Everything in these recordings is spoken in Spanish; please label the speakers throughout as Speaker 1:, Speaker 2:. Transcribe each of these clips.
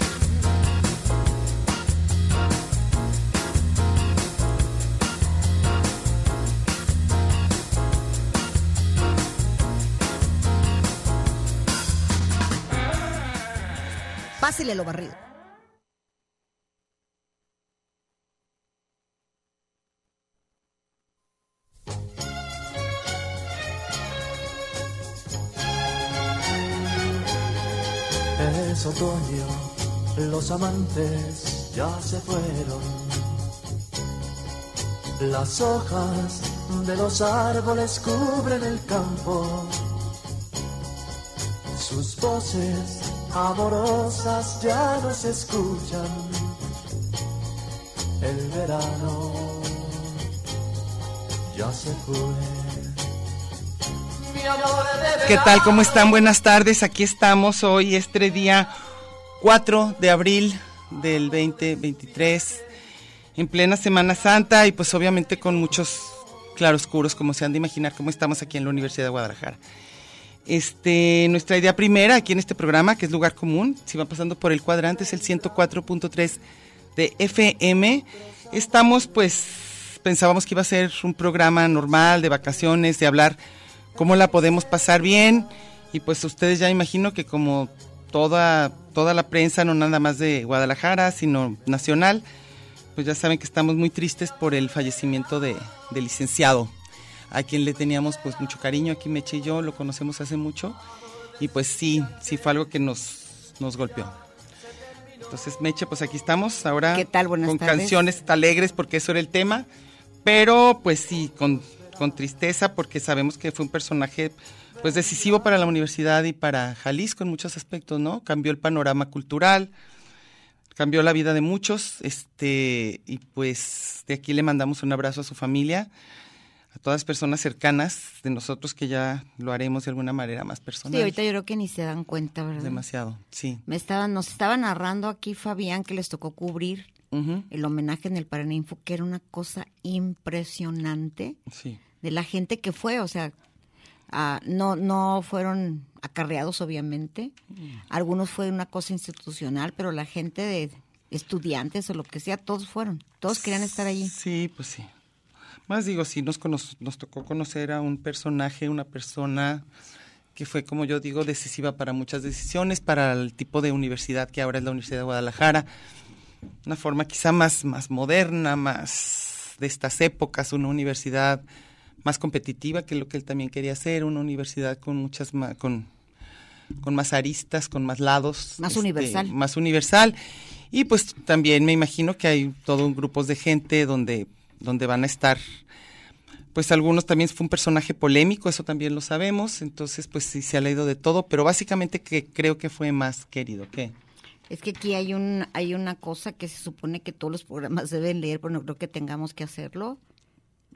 Speaker 1: Pásele lo barrido.
Speaker 2: Es otoño, los amantes ya se fueron. Las hojas de los árboles cubren el campo. Sus voces amorosas ya no se escuchan. El verano ya se fue. Mi amor de
Speaker 3: ¿Qué tal? ¿Cómo están? Buenas tardes. Aquí estamos hoy, este día 4 de abril del 2023, en plena Semana Santa y pues obviamente con muchos claroscuros, como se han de imaginar, como estamos aquí en la Universidad de Guadalajara. Este, nuestra idea primera aquí en este programa, que es Lugar Común, si va pasando por el cuadrante, es el 104.3 de FM. Estamos, pues, pensábamos que iba a ser un programa normal de vacaciones, de hablar cómo la podemos pasar bien. Y pues ustedes ya imagino que como toda, toda la prensa, no nada más de Guadalajara, sino nacional, pues ya saben que estamos muy tristes por el fallecimiento de, del licenciado, a quien le teníamos pues mucho cariño, aquí Meche y yo lo conocemos hace mucho, y pues sí, sí fue algo que nos, nos golpeó. Entonces, Meche, pues aquí estamos ahora
Speaker 1: ¿Qué tal? Buenas
Speaker 3: con
Speaker 1: tardes.
Speaker 3: canciones alegres porque eso era el tema, pero pues sí, con, con tristeza porque sabemos que fue un personaje pues decisivo para la universidad y para Jalisco en muchos aspectos, ¿no? Cambió el panorama cultural, cambió la vida de muchos, este, y pues de aquí le mandamos un abrazo a su familia, a todas las personas cercanas de nosotros que ya lo haremos de alguna manera más personal.
Speaker 4: Sí, ahorita yo creo que ni se dan cuenta, ¿verdad?
Speaker 3: Demasiado, sí.
Speaker 4: Me estaban, nos estaba narrando aquí Fabián que les tocó cubrir
Speaker 3: Ujú,
Speaker 4: el homenaje en el Paraninfo, que era una cosa impresionante
Speaker 3: Sí.
Speaker 4: de la gente que fue, o sea, ah, no, no fueron acarreados obviamente, algunos fue una cosa institucional, pero la gente de estudiantes o lo que sea, todos fueron, todos querían estar allí.
Speaker 3: Sí, pues sí. Más digo, sí, nos, cono- nos tocó conocer a un personaje, una persona que fue, como yo digo, decisiva para muchas decisiones, para el tipo de universidad que ahora es la Universidad de Guadalajara. Una forma quizá más, más moderna, más de estas épocas, una universidad más competitiva, que es lo que él también quería hacer, una universidad con muchas ma- con, con más aristas, con más lados. este,
Speaker 4: Más universal.
Speaker 3: Más universal. Y pues también me imagino que hay todo un grupos de gente donde, donde van a estar, pues algunos también fue un personaje polémico, eso también lo sabemos, entonces pues sí se ha leído de todo, pero básicamente que creo que fue más querido que...
Speaker 4: Es que aquí hay un hay una cosa que se supone que todos los programas deben leer, pero no creo que tengamos que hacerlo.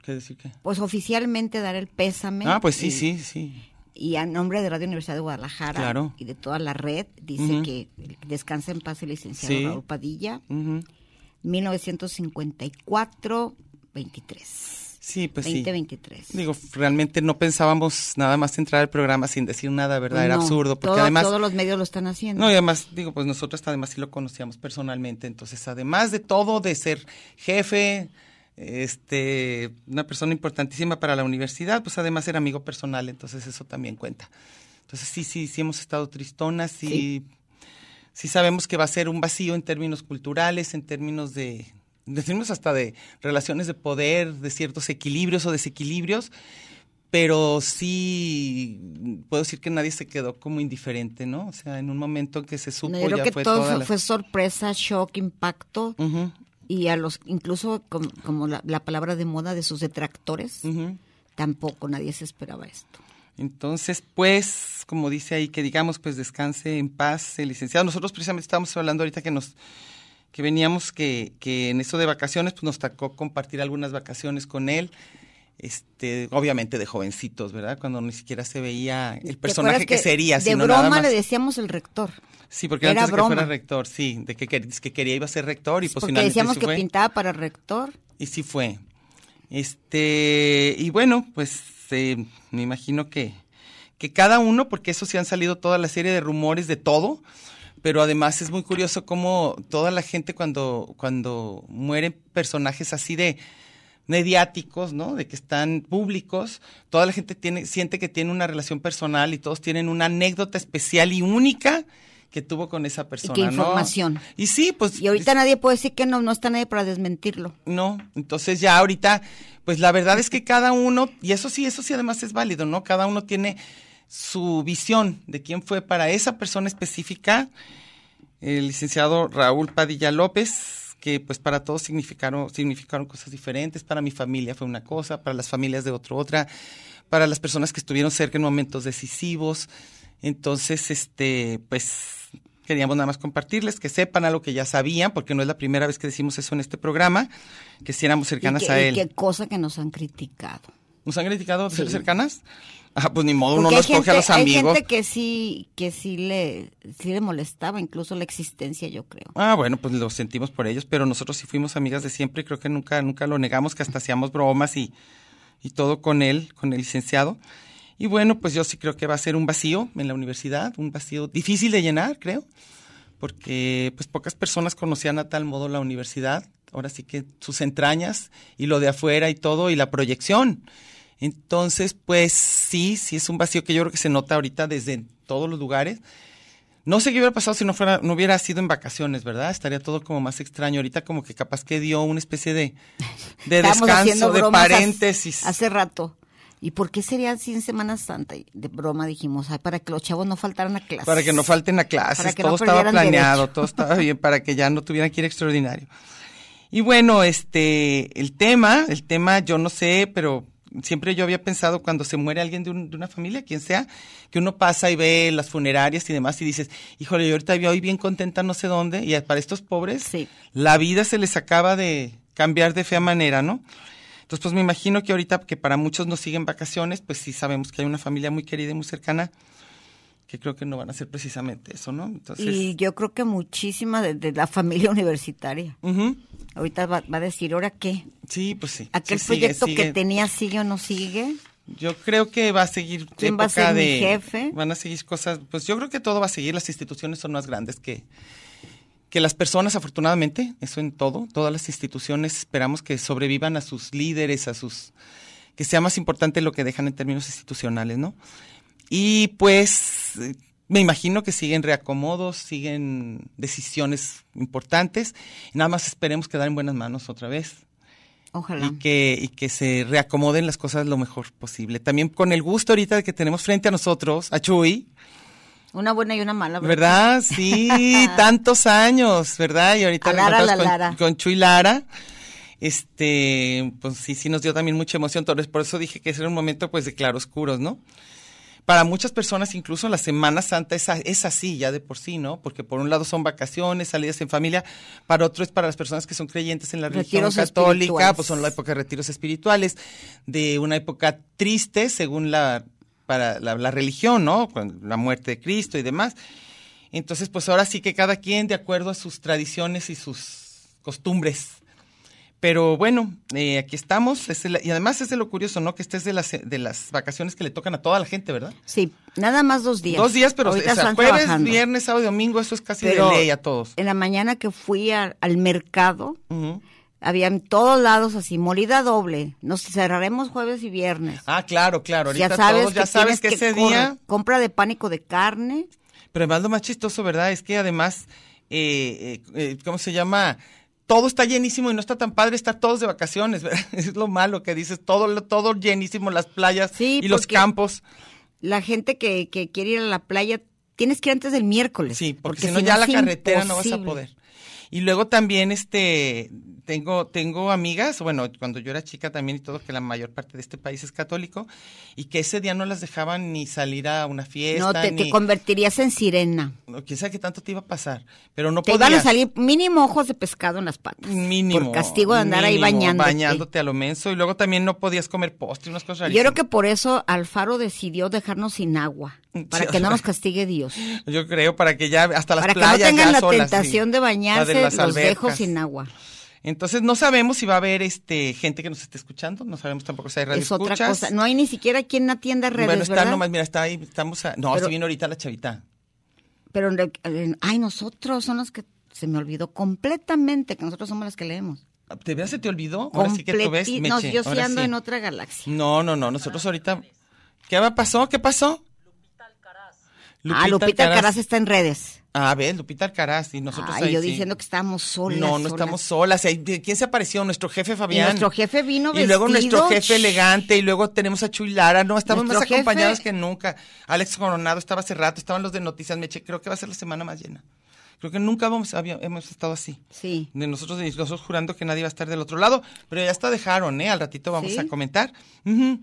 Speaker 3: ¿Qué decir qué?
Speaker 4: Pues oficialmente dar el pésame.
Speaker 3: Ah, pues
Speaker 4: y-
Speaker 3: sí, sí, sí.
Speaker 4: y a nombre de Radio Universidad de Guadalajara
Speaker 3: Claro.
Speaker 4: y de toda la red, dice
Speaker 3: Ujú.
Speaker 4: que descansa en paz el licenciado
Speaker 3: Sí.
Speaker 4: Raúl Padilla,
Speaker 3: Ujú.
Speaker 4: 1954-23.
Speaker 3: Sí, pues sí.
Speaker 4: 2023.
Speaker 3: Digo, realmente no pensábamos nada más entrar al programa sin decir nada, ¿verdad? Era
Speaker 4: Pues No,
Speaker 3: absurdo, porque
Speaker 4: todo-
Speaker 3: además...
Speaker 4: Todos los medios lo están haciendo.
Speaker 3: No, y además, digo, pues nosotros además sí lo conocíamos personalmente, entonces además de todo, de ser jefe, este, una persona importantísima para la universidad, pues además era amigo personal, entonces eso también cuenta. Entonces sí, sí, sí hemos estado tristonas, sí, sí,
Speaker 4: Sí.
Speaker 3: sabemos que va a ser un vacío en términos culturales, en términos de, decimos hasta de relaciones de poder, de ciertos equilibrios o desequilibrios, pero sí puedo decir que nadie se quedó como indiferente, ¿no? O sea, en un momento que se supo
Speaker 4: No, yo creo
Speaker 3: ya
Speaker 4: que
Speaker 3: fue
Speaker 4: todo
Speaker 3: toda
Speaker 4: fue,
Speaker 3: la- Mm.
Speaker 4: fue sorpresa, shock, impacto
Speaker 3: Ujú, Mm.
Speaker 4: y a los incluso com- como la, la palabra de moda de sus detractores
Speaker 3: ujú.
Speaker 4: Tampoco nadie se esperaba esto.
Speaker 3: Entonces, pues, como dice ahí, que digamos, pues descanse en paz el licenciado. Nosotros precisamente estábamos hablando ahorita que nos que veníamos que, que en eso de vacaciones, pues nos tocó compartir algunas vacaciones con él. Este, obviamente de jovencitos, ¿verdad? Cuando ni siquiera se veía el
Speaker 4: ¿Te
Speaker 3: personaje
Speaker 4: acuerdas
Speaker 3: que, sería,
Speaker 4: De
Speaker 3: sino
Speaker 4: broma
Speaker 3: nada más.
Speaker 4: le decíamos el rector.
Speaker 3: Sí, porque
Speaker 4: Era
Speaker 3: antes de que
Speaker 4: broma.
Speaker 3: fuera rector, sí, de que, quer- que quería iba a ser rector y pues
Speaker 4: porque
Speaker 3: finalmente
Speaker 4: decíamos
Speaker 3: sí
Speaker 4: que
Speaker 3: fue.
Speaker 4: pintaba para rector.
Speaker 3: Y sí fue. Este, y bueno, pues eh, me imagino que, que cada uno, porque eso sí han salido toda la serie de rumores de todo, pero además es muy curioso cómo toda la gente cuando, cuando mueren personajes así de mediáticos, ¿no? De que están públicos, toda la gente tiene, siente que tiene una relación personal y todos tienen una anécdota especial y única que tuvo con esa persona, ¿no?
Speaker 4: información.
Speaker 3: Y sí, pues
Speaker 4: Y ahorita
Speaker 3: es-
Speaker 4: nadie puede decir que no, no está nadie para desmentirlo.
Speaker 3: no, entonces ya ahorita, pues la verdad es que cada uno, y eso sí, eso sí además es válido, ¿no? Cada uno tiene su visión de quién fue para esa persona específica, el licenciado Raúl Padilla López, que pues para todos significaron, significaron cosas diferentes, para mi familia fue una cosa, para las familias de otro otra, para las personas que estuvieron cerca en momentos decisivos. Entonces, este, pues queríamos nada más compartirles, que sepan algo que ya sabían, porque no es la primera vez que decimos eso en este programa, que si éramos
Speaker 4: Y
Speaker 3: cercanas
Speaker 4: que-
Speaker 3: a
Speaker 4: y
Speaker 3: él.
Speaker 4: qué cosa que nos han criticado.
Speaker 3: ¿Nos han criticado ser
Speaker 4: Sí.
Speaker 3: cercanas? Ah, pues ni modo, uno
Speaker 4: Porque
Speaker 3: no
Speaker 4: hay
Speaker 3: escoge a los
Speaker 4: gente- hay
Speaker 3: amigos.
Speaker 4: gente que sí, que sí le, sí le molestaba incluso la existencia, yo creo.
Speaker 3: Ah, bueno, pues lo sentimos por ellos, pero nosotros sí fuimos amigas de siempre y creo que nunca, nunca lo negamos, que hasta hacíamos bromas y, y todo con él, con el licenciado. Y bueno, pues yo sí creo que va a ser un vacío en la universidad, un vacío difícil de llenar, creo, porque pues pocas personas conocían a tal modo la universidad, ahora sí que sus entrañas y lo de afuera y todo y la proyección. Entonces, pues sí, sí es un vacío que yo creo que se nota ahorita desde todos los lugares. No sé qué hubiera pasado si no fuera, no hubiera sido en vacaciones, ¿verdad? Estaría todo como más extraño. Ahorita como que capaz que dio una especie de, de
Speaker 4: Estábamos haciendo
Speaker 3: descanso, de
Speaker 4: bromas hace-
Speaker 3: paréntesis.
Speaker 4: Hace rato. ¿Y por qué sería así en Semana Santa? Y De broma dijimos, ay, para que los chavos no faltaran a clases.
Speaker 3: Para que no falten a
Speaker 4: Para
Speaker 3: clases,
Speaker 4: que
Speaker 3: todo
Speaker 4: no
Speaker 3: estaba
Speaker 4: perdieran
Speaker 3: planeado,
Speaker 4: derecho.
Speaker 3: todo estaba bien, para que ya no tuvieran que ir a extraordinario. Y bueno, este, el tema, el tema, yo no sé, pero siempre yo había pensado cuando se muere alguien de, un- de una familia, quien sea, que uno pasa y ve las funerarias y demás y dices, híjole, yo ahorita vi hoy bien contenta no sé dónde, y para estos pobres,
Speaker 4: Sí.
Speaker 3: la vida se les acaba de cambiar de fea manera, ¿no? Entonces, pues me imagino que ahorita, que para muchos nos siguen vacaciones, pues sí sabemos que hay una familia muy querida y muy cercana que creo que no van a hacer precisamente eso, ¿no? Entonces,
Speaker 4: Y yo creo que muchísima de, de la familia universitaria.
Speaker 3: ujú,
Speaker 4: Ahorita va, va a decir, ¿ahora qué?
Speaker 3: sí, pues sí.
Speaker 4: ¿Aquel
Speaker 3: sí, sigue,
Speaker 4: proyecto
Speaker 3: sigue.
Speaker 4: que tenía sigue o no sigue?
Speaker 3: Yo creo que va a seguir
Speaker 4: ¿Quién va a
Speaker 3: época
Speaker 4: ser mi
Speaker 3: de-
Speaker 4: jefe?
Speaker 3: Van a seguir cosas, pues yo creo que todo va a seguir, las instituciones son más grandes que que las personas afortunadamente, eso en todo, todas las instituciones esperamos que sobrevivan a sus líderes, a sus que sea más importante lo que dejan en términos institucionales, ¿no? Y pues eh, me imagino que siguen reacomodos, siguen decisiones importantes. Nada más esperemos quedar en buenas manos otra vez
Speaker 4: Ojalá.
Speaker 3: y que, y que se reacomoden las cosas lo mejor posible. También con el gusto ahorita que tenemos frente a nosotros, a Chuy,
Speaker 4: Una buena y una mala.
Speaker 3: ¿verdad? Sí, tantos años, ¿verdad? Y ahorita
Speaker 4: A
Speaker 3: lo
Speaker 4: Lara,
Speaker 3: encontramos
Speaker 4: la
Speaker 3: con,
Speaker 4: Lara.
Speaker 3: con Chuy Lara. Este, pues sí, sí nos dio también mucha emoción, Torres. Por eso dije que ese era un momento, pues, de claroscuros, ¿no? Para muchas personas, incluso la Semana Santa es, a- es así ya de por sí, ¿no? Porque por un lado son vacaciones, salidas en familia, para otro es para las personas que son creyentes en la religión
Speaker 4: Retiros
Speaker 3: católica,
Speaker 4: espirituales.
Speaker 3: pues son la época de retiros espirituales, de una época triste según la, para la, la religión, ¿no? Con la muerte de Cristo y demás. Entonces, pues ahora sí que cada quien de acuerdo a sus tradiciones y sus costumbres. Pero bueno, eh, aquí estamos. Es el- y además es de lo curioso, ¿no? Que este es de las, de las vacaciones que le tocan a toda la gente, ¿verdad?
Speaker 4: Sí, nada más dos días.
Speaker 3: Dos días, pero o
Speaker 4: Ahorita
Speaker 3: sea,
Speaker 4: están
Speaker 3: jueves,
Speaker 4: trabajando.
Speaker 3: viernes, sábado y domingo, eso es casi
Speaker 4: Pero
Speaker 3: de ley a todos.
Speaker 4: En la mañana que fui a- al mercado,
Speaker 3: Ujú.
Speaker 4: había en todos lados así, molida doble. Nos cerraremos jueves y viernes.
Speaker 3: Ah, claro, claro. Ahorita
Speaker 4: ya sabes,
Speaker 3: todos ya
Speaker 4: que
Speaker 3: sabes
Speaker 4: tienes
Speaker 3: que, ese
Speaker 4: corre-
Speaker 3: día.
Speaker 4: Compra de pánico de carne.
Speaker 3: Pero además lo más chistoso, ¿verdad? Es que además, eh, eh, eh, ¿cómo se llama? Todo está llenísimo y no está tan padre estar todos de vacaciones, ¿verdad? Es lo malo que dices, todo, lo- todo llenísimo, las playas
Speaker 4: Sí,
Speaker 3: y los
Speaker 4: porque-
Speaker 3: campos.
Speaker 4: La gente que, que quiere ir a la playa, tienes que ir antes del miércoles.
Speaker 3: Sí, porque, si no ya la carretera no vas a poder. Y luego también este tengo tengo amigas, bueno, cuando yo era chica también y todo que la mayor parte de este país es católico y que ese día no las dejaban ni salir a una fiesta
Speaker 4: No, te, te
Speaker 3: ni
Speaker 4: convertirías en sirena.
Speaker 3: no, quién sabe qué tanto te iba a pasar, pero no
Speaker 4: Te
Speaker 3: podías.
Speaker 4: iban a salir mínimo ojos de pescado en las patas.
Speaker 3: mínimo
Speaker 4: Por castigo de andar ahí
Speaker 3: mínimo,
Speaker 4: bañándote.
Speaker 3: bañándote a lo menso y luego también no podías comer postre, unas cosas
Speaker 4: Yo creo
Speaker 3: rarísimas.
Speaker 4: que por eso Alfaro decidió dejarnos sin agua, para
Speaker 3: Sí,
Speaker 4: que no
Speaker 3: o sea,
Speaker 4: nos castigue Dios.
Speaker 3: Yo creo para que ya hasta las
Speaker 4: Para que no
Speaker 3: playas
Speaker 4: tengan
Speaker 3: ya
Speaker 4: la
Speaker 3: solas, sí.
Speaker 4: tentación de
Speaker 3: La
Speaker 4: bañarse,
Speaker 3: las
Speaker 4: los dejo
Speaker 3: albercas.
Speaker 4: sin agua.
Speaker 3: Entonces no sabemos si va a haber este gente que nos esté escuchando, no sabemos tampoco si hay radio
Speaker 4: es otra cosa. No hay ni siquiera quien atienda redes,
Speaker 3: bueno, está
Speaker 4: ¿verdad?
Speaker 3: nomás, mira, está ahí, estamos a- No,
Speaker 4: Pero-
Speaker 3: si viene ahorita la chavita.
Speaker 4: Pero, en re- en- ay, nosotros son los que se me olvidó completamente que nosotros somos las que leemos.
Speaker 3: ¿Te veas se te olvidó? Ahora sí que tú ves,
Speaker 4: Completi-
Speaker 3: Meche,
Speaker 4: no, yo sí
Speaker 3: ahora
Speaker 4: ando
Speaker 3: sí.
Speaker 4: en otra galaxia.
Speaker 3: No, no, no, nosotros ahorita... ¿Qué va- pasó? ¿Qué pasó?
Speaker 4: ah, Lupita Alcaraz está en redes.
Speaker 3: Ah, ves, Lupita Alcaraz y nosotros
Speaker 4: Ay,
Speaker 3: ahí
Speaker 4: yo
Speaker 3: sí.
Speaker 4: diciendo que estábamos solas.
Speaker 3: No, no
Speaker 4: solas.
Speaker 3: estamos solas. Ahí, ¿de ¿Quién se apareció? Nuestro jefe
Speaker 4: Y
Speaker 3: Fabián.
Speaker 4: nuestro jefe vino
Speaker 3: Y luego nuestro
Speaker 4: vestido,
Speaker 3: jefe elegante, y luego tenemos a Chuy Lara, no, estamos
Speaker 4: Nuestro
Speaker 3: más
Speaker 4: jefe-
Speaker 3: acompañados que nunca. Alex Coronado estaba hace rato, estaban los de Noticias Meche, creo que va a ser la semana más llena. Creo que nunca vamos, había- hemos estado así.
Speaker 4: Sí.
Speaker 3: De nosotros, de nosotros jurando que nadie va a estar del otro lado, pero ya está dejaron, ¿eh? Al ratito vamos
Speaker 4: ¿Sí?
Speaker 3: a comentar. Ujú.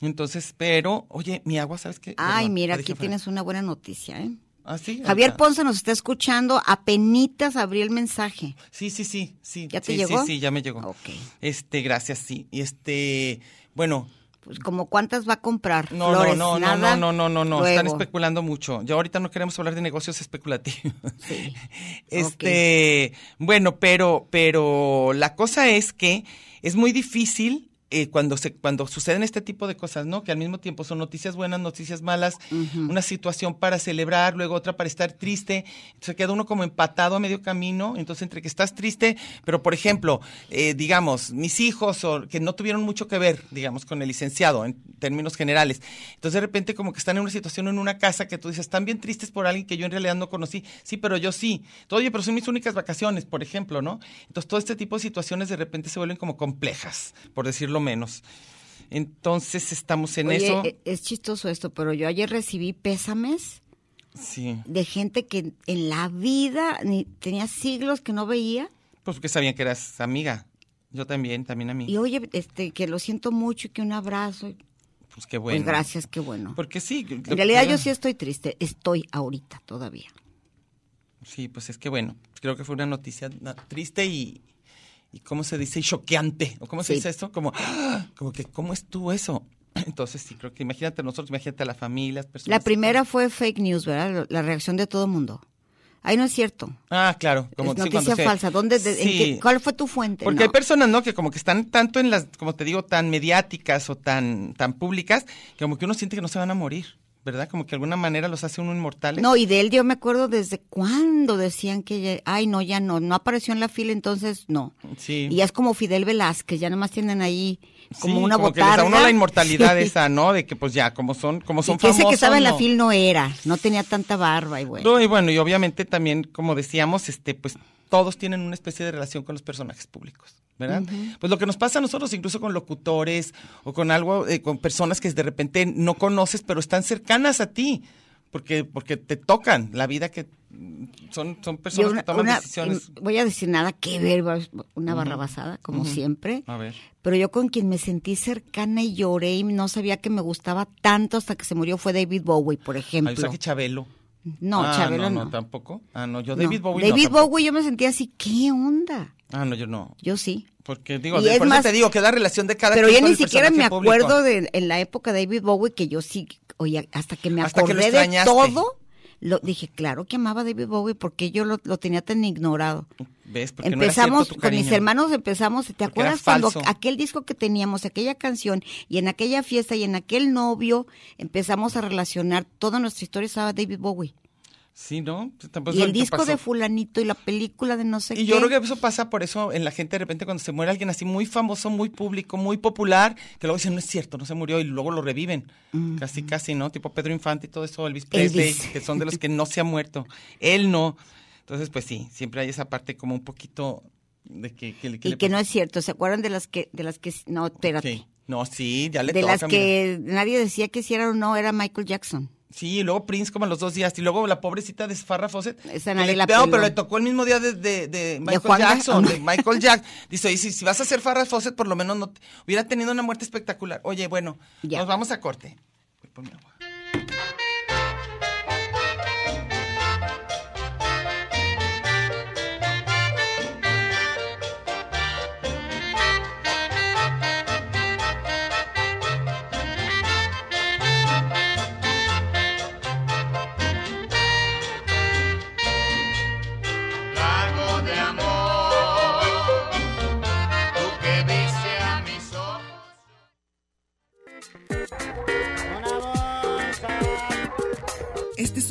Speaker 3: Entonces, pero, oye, mi agua, ¿sabes qué?
Speaker 4: Ay,
Speaker 3: Perdón,
Speaker 4: mira,
Speaker 3: la dejé
Speaker 4: aquí
Speaker 3: fuera.
Speaker 4: tienes una buena noticia, ¿eh?
Speaker 3: Ah, sí,
Speaker 4: Javier
Speaker 3: ahorita.
Speaker 4: Ponce nos está escuchando, apenitas abrí el mensaje.
Speaker 3: Sí, sí, sí, sí.
Speaker 4: ¿Ya te
Speaker 3: sí,
Speaker 4: llegó?
Speaker 3: Sí, sí, ya me llegó.
Speaker 4: Ok.
Speaker 3: Este, gracias, sí. Y este, bueno,
Speaker 4: Pues como cuántas va a comprar.
Speaker 3: No,
Speaker 4: Flores,
Speaker 3: no, no,
Speaker 4: nada,
Speaker 3: no, no, no, no, no, están
Speaker 4: luego.
Speaker 3: especulando mucho. Ya ahorita no queremos hablar de negocios especulativos.
Speaker 4: Sí.
Speaker 3: Este, bueno, pero, pero la cosa es que es muy difícil eh, cuando se, cuando suceden este tipo de cosas, ¿no? Que al mismo tiempo son noticias buenas, noticias malas, una situación para celebrar, luego otra para estar triste. Entonces queda uno como empatado a medio camino. Entonces entre que estás triste, pero por ejemplo, eh, digamos, mis hijos o que no tuvieron mucho que ver, digamos, con el licenciado en términos generales. Entonces de repente como que están en una situación en una casa que tú dices, están bien tristes por alguien que yo en realidad no conocí. Sí, pero yo sí. Entonces, Oye, pero son mis únicas vacaciones, por ejemplo, ¿no? Entonces todo este tipo de situaciones de repente se vuelven como complejas, por decirlo menos. Entonces estamos en
Speaker 4: Oye,
Speaker 3: eso.
Speaker 4: e- es chistoso esto, pero yo ayer recibí pésames
Speaker 3: sí.
Speaker 4: de gente que en la vida ni tenía siglos que no veía.
Speaker 3: Pues porque sabían que eras amiga. Yo también, también a mí.
Speaker 4: Y oye, este que lo siento mucho y que un abrazo. y-
Speaker 3: pues qué bueno.
Speaker 4: Pues gracias, qué bueno.
Speaker 3: Porque sí.
Speaker 4: En realidad yo sí estoy triste, estoy ahorita todavía.
Speaker 3: Sí, pues es que bueno. Creo que fue una noticia na- triste y, y ¿cómo se dice? Y choqueante. ¿O cómo se
Speaker 4: Sí.
Speaker 3: dice esto? Como, ¡ah! como que, ¿cómo estuvo eso? Entonces sí, creo que imagínate a nosotros, imagínate a la familia, las personas.
Speaker 4: La primera fue fake news, ¿verdad? Lo- La reacción de todo el mundo. Ay, no es cierto.
Speaker 3: Ah, claro. Como,
Speaker 4: es
Speaker 3: sí,
Speaker 4: noticia
Speaker 3: cuando se-
Speaker 4: falsa. ¿Dónde, de- en
Speaker 3: Sí.
Speaker 4: qué- ¿Cuál fue tu fuente?
Speaker 3: Porque
Speaker 4: No.
Speaker 3: hay personas, ¿no? Que como que están tanto en las, como te digo, tan mediáticas o tan, tan públicas, que como que uno siente que no se van a morir, ¿verdad? Como que de alguna manera los hace uno inmortales.
Speaker 4: No, y de él yo me acuerdo desde cuándo decían que, ya- ay, no, ya no, no apareció en la fila, entonces no.
Speaker 3: Sí.
Speaker 4: Y ya es como Fidel Velázquez, ya nomás tienen ahí como
Speaker 3: Sí,
Speaker 4: una
Speaker 3: como
Speaker 4: botarga.
Speaker 3: que les da uno la inmortalidad
Speaker 4: Sí.
Speaker 3: esa, ¿no? De que pues ya, como son, como son
Speaker 4: Y que ese que
Speaker 3: famosos,
Speaker 4: estaba en la
Speaker 3: no.
Speaker 4: fila no era, no tenía tanta barba y bueno.
Speaker 3: No, y bueno, y obviamente también, como decíamos, este, pues todos tienen una especie de relación con los personajes públicos, ¿verdad? Pues lo que nos pasa a nosotros, incluso con locutores o con algo, eh, con personas que de repente no conoces, pero están cercanas a ti, porque, porque te tocan la vida que mm, son, son
Speaker 4: Yo
Speaker 3: personas que toman decisiones.
Speaker 4: em, voy a decir nada que ver, va- una barrabasada, como siempre.
Speaker 3: A ver.
Speaker 4: Pero yo con quien me sentí cercana y lloré y no sabía que me gustaba tanto hasta que se murió fue David Bowie, por
Speaker 3: Ay, o
Speaker 4: ejemplo.
Speaker 3: sea que Chabelo.
Speaker 4: no,
Speaker 3: Ah,
Speaker 4: Chabelo
Speaker 3: no,
Speaker 4: no.
Speaker 3: tampoco. Ah, no, yo
Speaker 4: No.
Speaker 3: David Bowie. no,
Speaker 4: David
Speaker 3: tampoco.
Speaker 4: Bowie yo me sentía así, ¿qué onda?
Speaker 3: Ah, no, yo no.
Speaker 4: Yo sí.
Speaker 3: Porque digo,
Speaker 4: Y
Speaker 3: de-
Speaker 4: es
Speaker 3: por eso
Speaker 4: más-
Speaker 3: te digo que es la relación de cada
Speaker 4: Pero
Speaker 3: quien
Speaker 4: yo
Speaker 3: con
Speaker 4: ni
Speaker 3: el
Speaker 4: siquiera me
Speaker 3: personaje público.
Speaker 4: acuerdo de en la época de David Bowie que yo sí, oye, hasta que me
Speaker 3: Hasta que lo
Speaker 4: acordé de
Speaker 3: extrañaste.
Speaker 4: todo, lo dije, claro que amaba a David Bowie porque yo lo, lo tenía tan ignorado.
Speaker 3: ¿Ves? Porque no era cierto
Speaker 4: Empezamos
Speaker 3: tu
Speaker 4: con mis
Speaker 3: cariño.
Speaker 4: hermanos, empezamos, ¿te
Speaker 3: Porque
Speaker 4: acuerdas
Speaker 3: era
Speaker 4: cuando
Speaker 3: falso.
Speaker 4: aquel disco que teníamos, aquella canción y en aquella fiesta y en aquel novio empezamos a relacionar toda nuestra historia estaba David Bowie
Speaker 3: Sí, ¿no? Pues tampoco
Speaker 4: y
Speaker 3: es
Speaker 4: el
Speaker 3: lo que
Speaker 4: disco
Speaker 3: pasó.
Speaker 4: de fulanito y la película de no sé qué.
Speaker 3: Y yo creo que eso pasa por eso en la gente de repente cuando se muere alguien así muy famoso, muy público, muy popular, que luego dicen, no es cierto, no se murió y luego lo reviven. Casi, casi, ¿no? Tipo Pedro Infante y todo eso, Elvis Presley,
Speaker 4: Elvis.
Speaker 3: que son de los que no se ha muerto. Él no. Entonces, pues sí, siempre hay esa parte como un poquito de que... que,
Speaker 4: y que no es cierto, ¿se acuerdan de las que de las que no, espérate.
Speaker 3: No, sí, ya le
Speaker 4: de
Speaker 3: toca,
Speaker 4: las
Speaker 3: mira.
Speaker 4: que nadie decía que si era o no era Michael Jackson.
Speaker 3: Sí, y luego Prince como a los dos días. Y luego la pobrecita de Farrah Fawcett.
Speaker 4: Esa
Speaker 3: que
Speaker 4: nadie
Speaker 3: le-
Speaker 4: la
Speaker 3: no,
Speaker 4: peló.
Speaker 3: pero le tocó el mismo día de, de- de Michael
Speaker 4: Juanga?
Speaker 3: Jackson. De Michael Jackson. Dice, oye, si, si vas a hacer Farrah Fawcett, por lo menos no te- hubiera tenido una muerte espectacular. Oye, bueno,
Speaker 4: Ya.
Speaker 3: nos vamos a corte. Voy por mi agua.
Speaker 5: lago de amor, tú que viste a mis ojos.
Speaker 3: Este es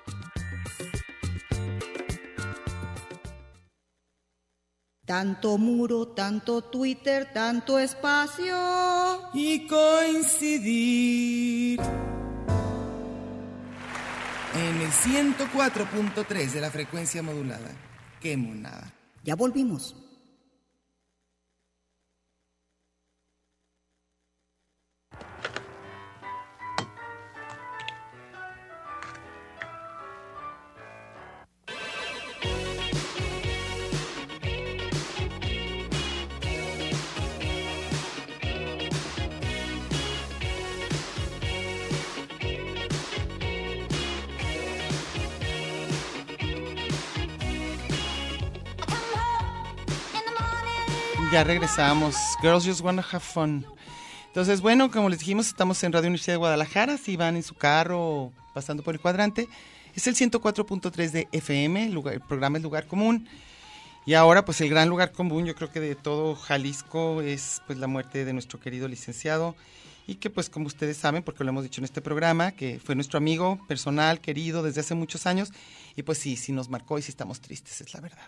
Speaker 1: Tanto muro, tanto Twitter, tanto espacio.
Speaker 3: y coincidir en el 104.3 de la frecuencia modulada. ¡Qué monada!
Speaker 1: Ya volvimos.
Speaker 3: Ya regresamos. Girls just wanna have fun. Entonces, bueno, como les dijimos, estamos en Radio Universidad de Guadalajara. Si van en su carro o pasando por el cuadrante, es el 104.3 de FM, lugar- el programa es Lugar Común. Y ahora, pues el gran lugar común, yo creo que de todo Jalisco, es pues la muerte de nuestro querido licenciado. Y que pues como ustedes saben, porque lo hemos dicho en este programa, que fue nuestro amigo personal, querido, desde hace muchos años. Y pues sí, sí nos marcó y sí estamos tristes, es la verdad.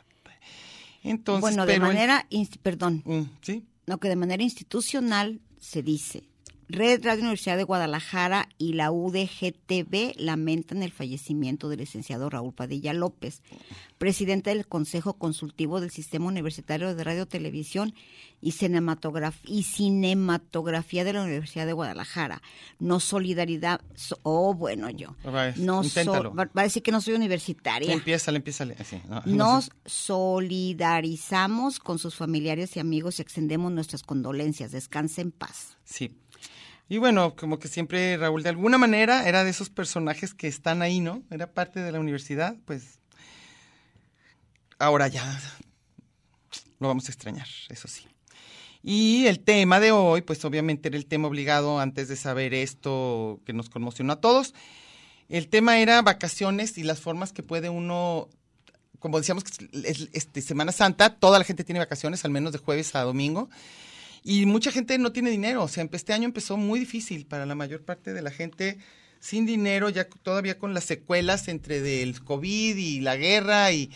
Speaker 3: Entonces,
Speaker 4: bueno, de
Speaker 3: pero en-
Speaker 4: manera, inst- perdón,
Speaker 3: Mm, sí,
Speaker 4: no, que de manera institucional se dice. Red Radio Universidad de Guadalajara y la UDGTB lamentan el fallecimiento del licenciado Raúl Padilla López, presidente del Consejo Consultivo del Sistema Universitario de Radio, Televisión y, Cinematograf- y Cinematografía de la Universidad de Guadalajara. No solidaridad, so- oh, bueno, yo.
Speaker 3: Va, es-
Speaker 4: No so-
Speaker 3: inténtalo.
Speaker 4: va va a decir que no soy universitaria.
Speaker 3: empiézale, empiézale. Así, no, no sé.
Speaker 4: Nos solidarizamos con sus familiares y amigos y extendemos nuestras condolencias. Descanse en paz.
Speaker 3: Sí. Y bueno, como que siempre Raúl, de alguna manera, era de esos personajes que están ahí, ¿no? Era parte de la universidad, pues. Ahora ya lo vamos a extrañar, eso sí. Y el tema de hoy, pues obviamente era el tema obligado antes de saber esto que nos conmocionó a todos. El tema era vacaciones y las formas que puede uno, como decíamos, que es- es- este, Semana Santa, toda la gente tiene vacaciones, al menos de jueves a domingo. Y mucha gente no tiene dinero. O sea, empe- este año empezó muy difícil para la mayor parte de la gente sin dinero, ya c- todavía con las secuelas entre del COVID y la guerra y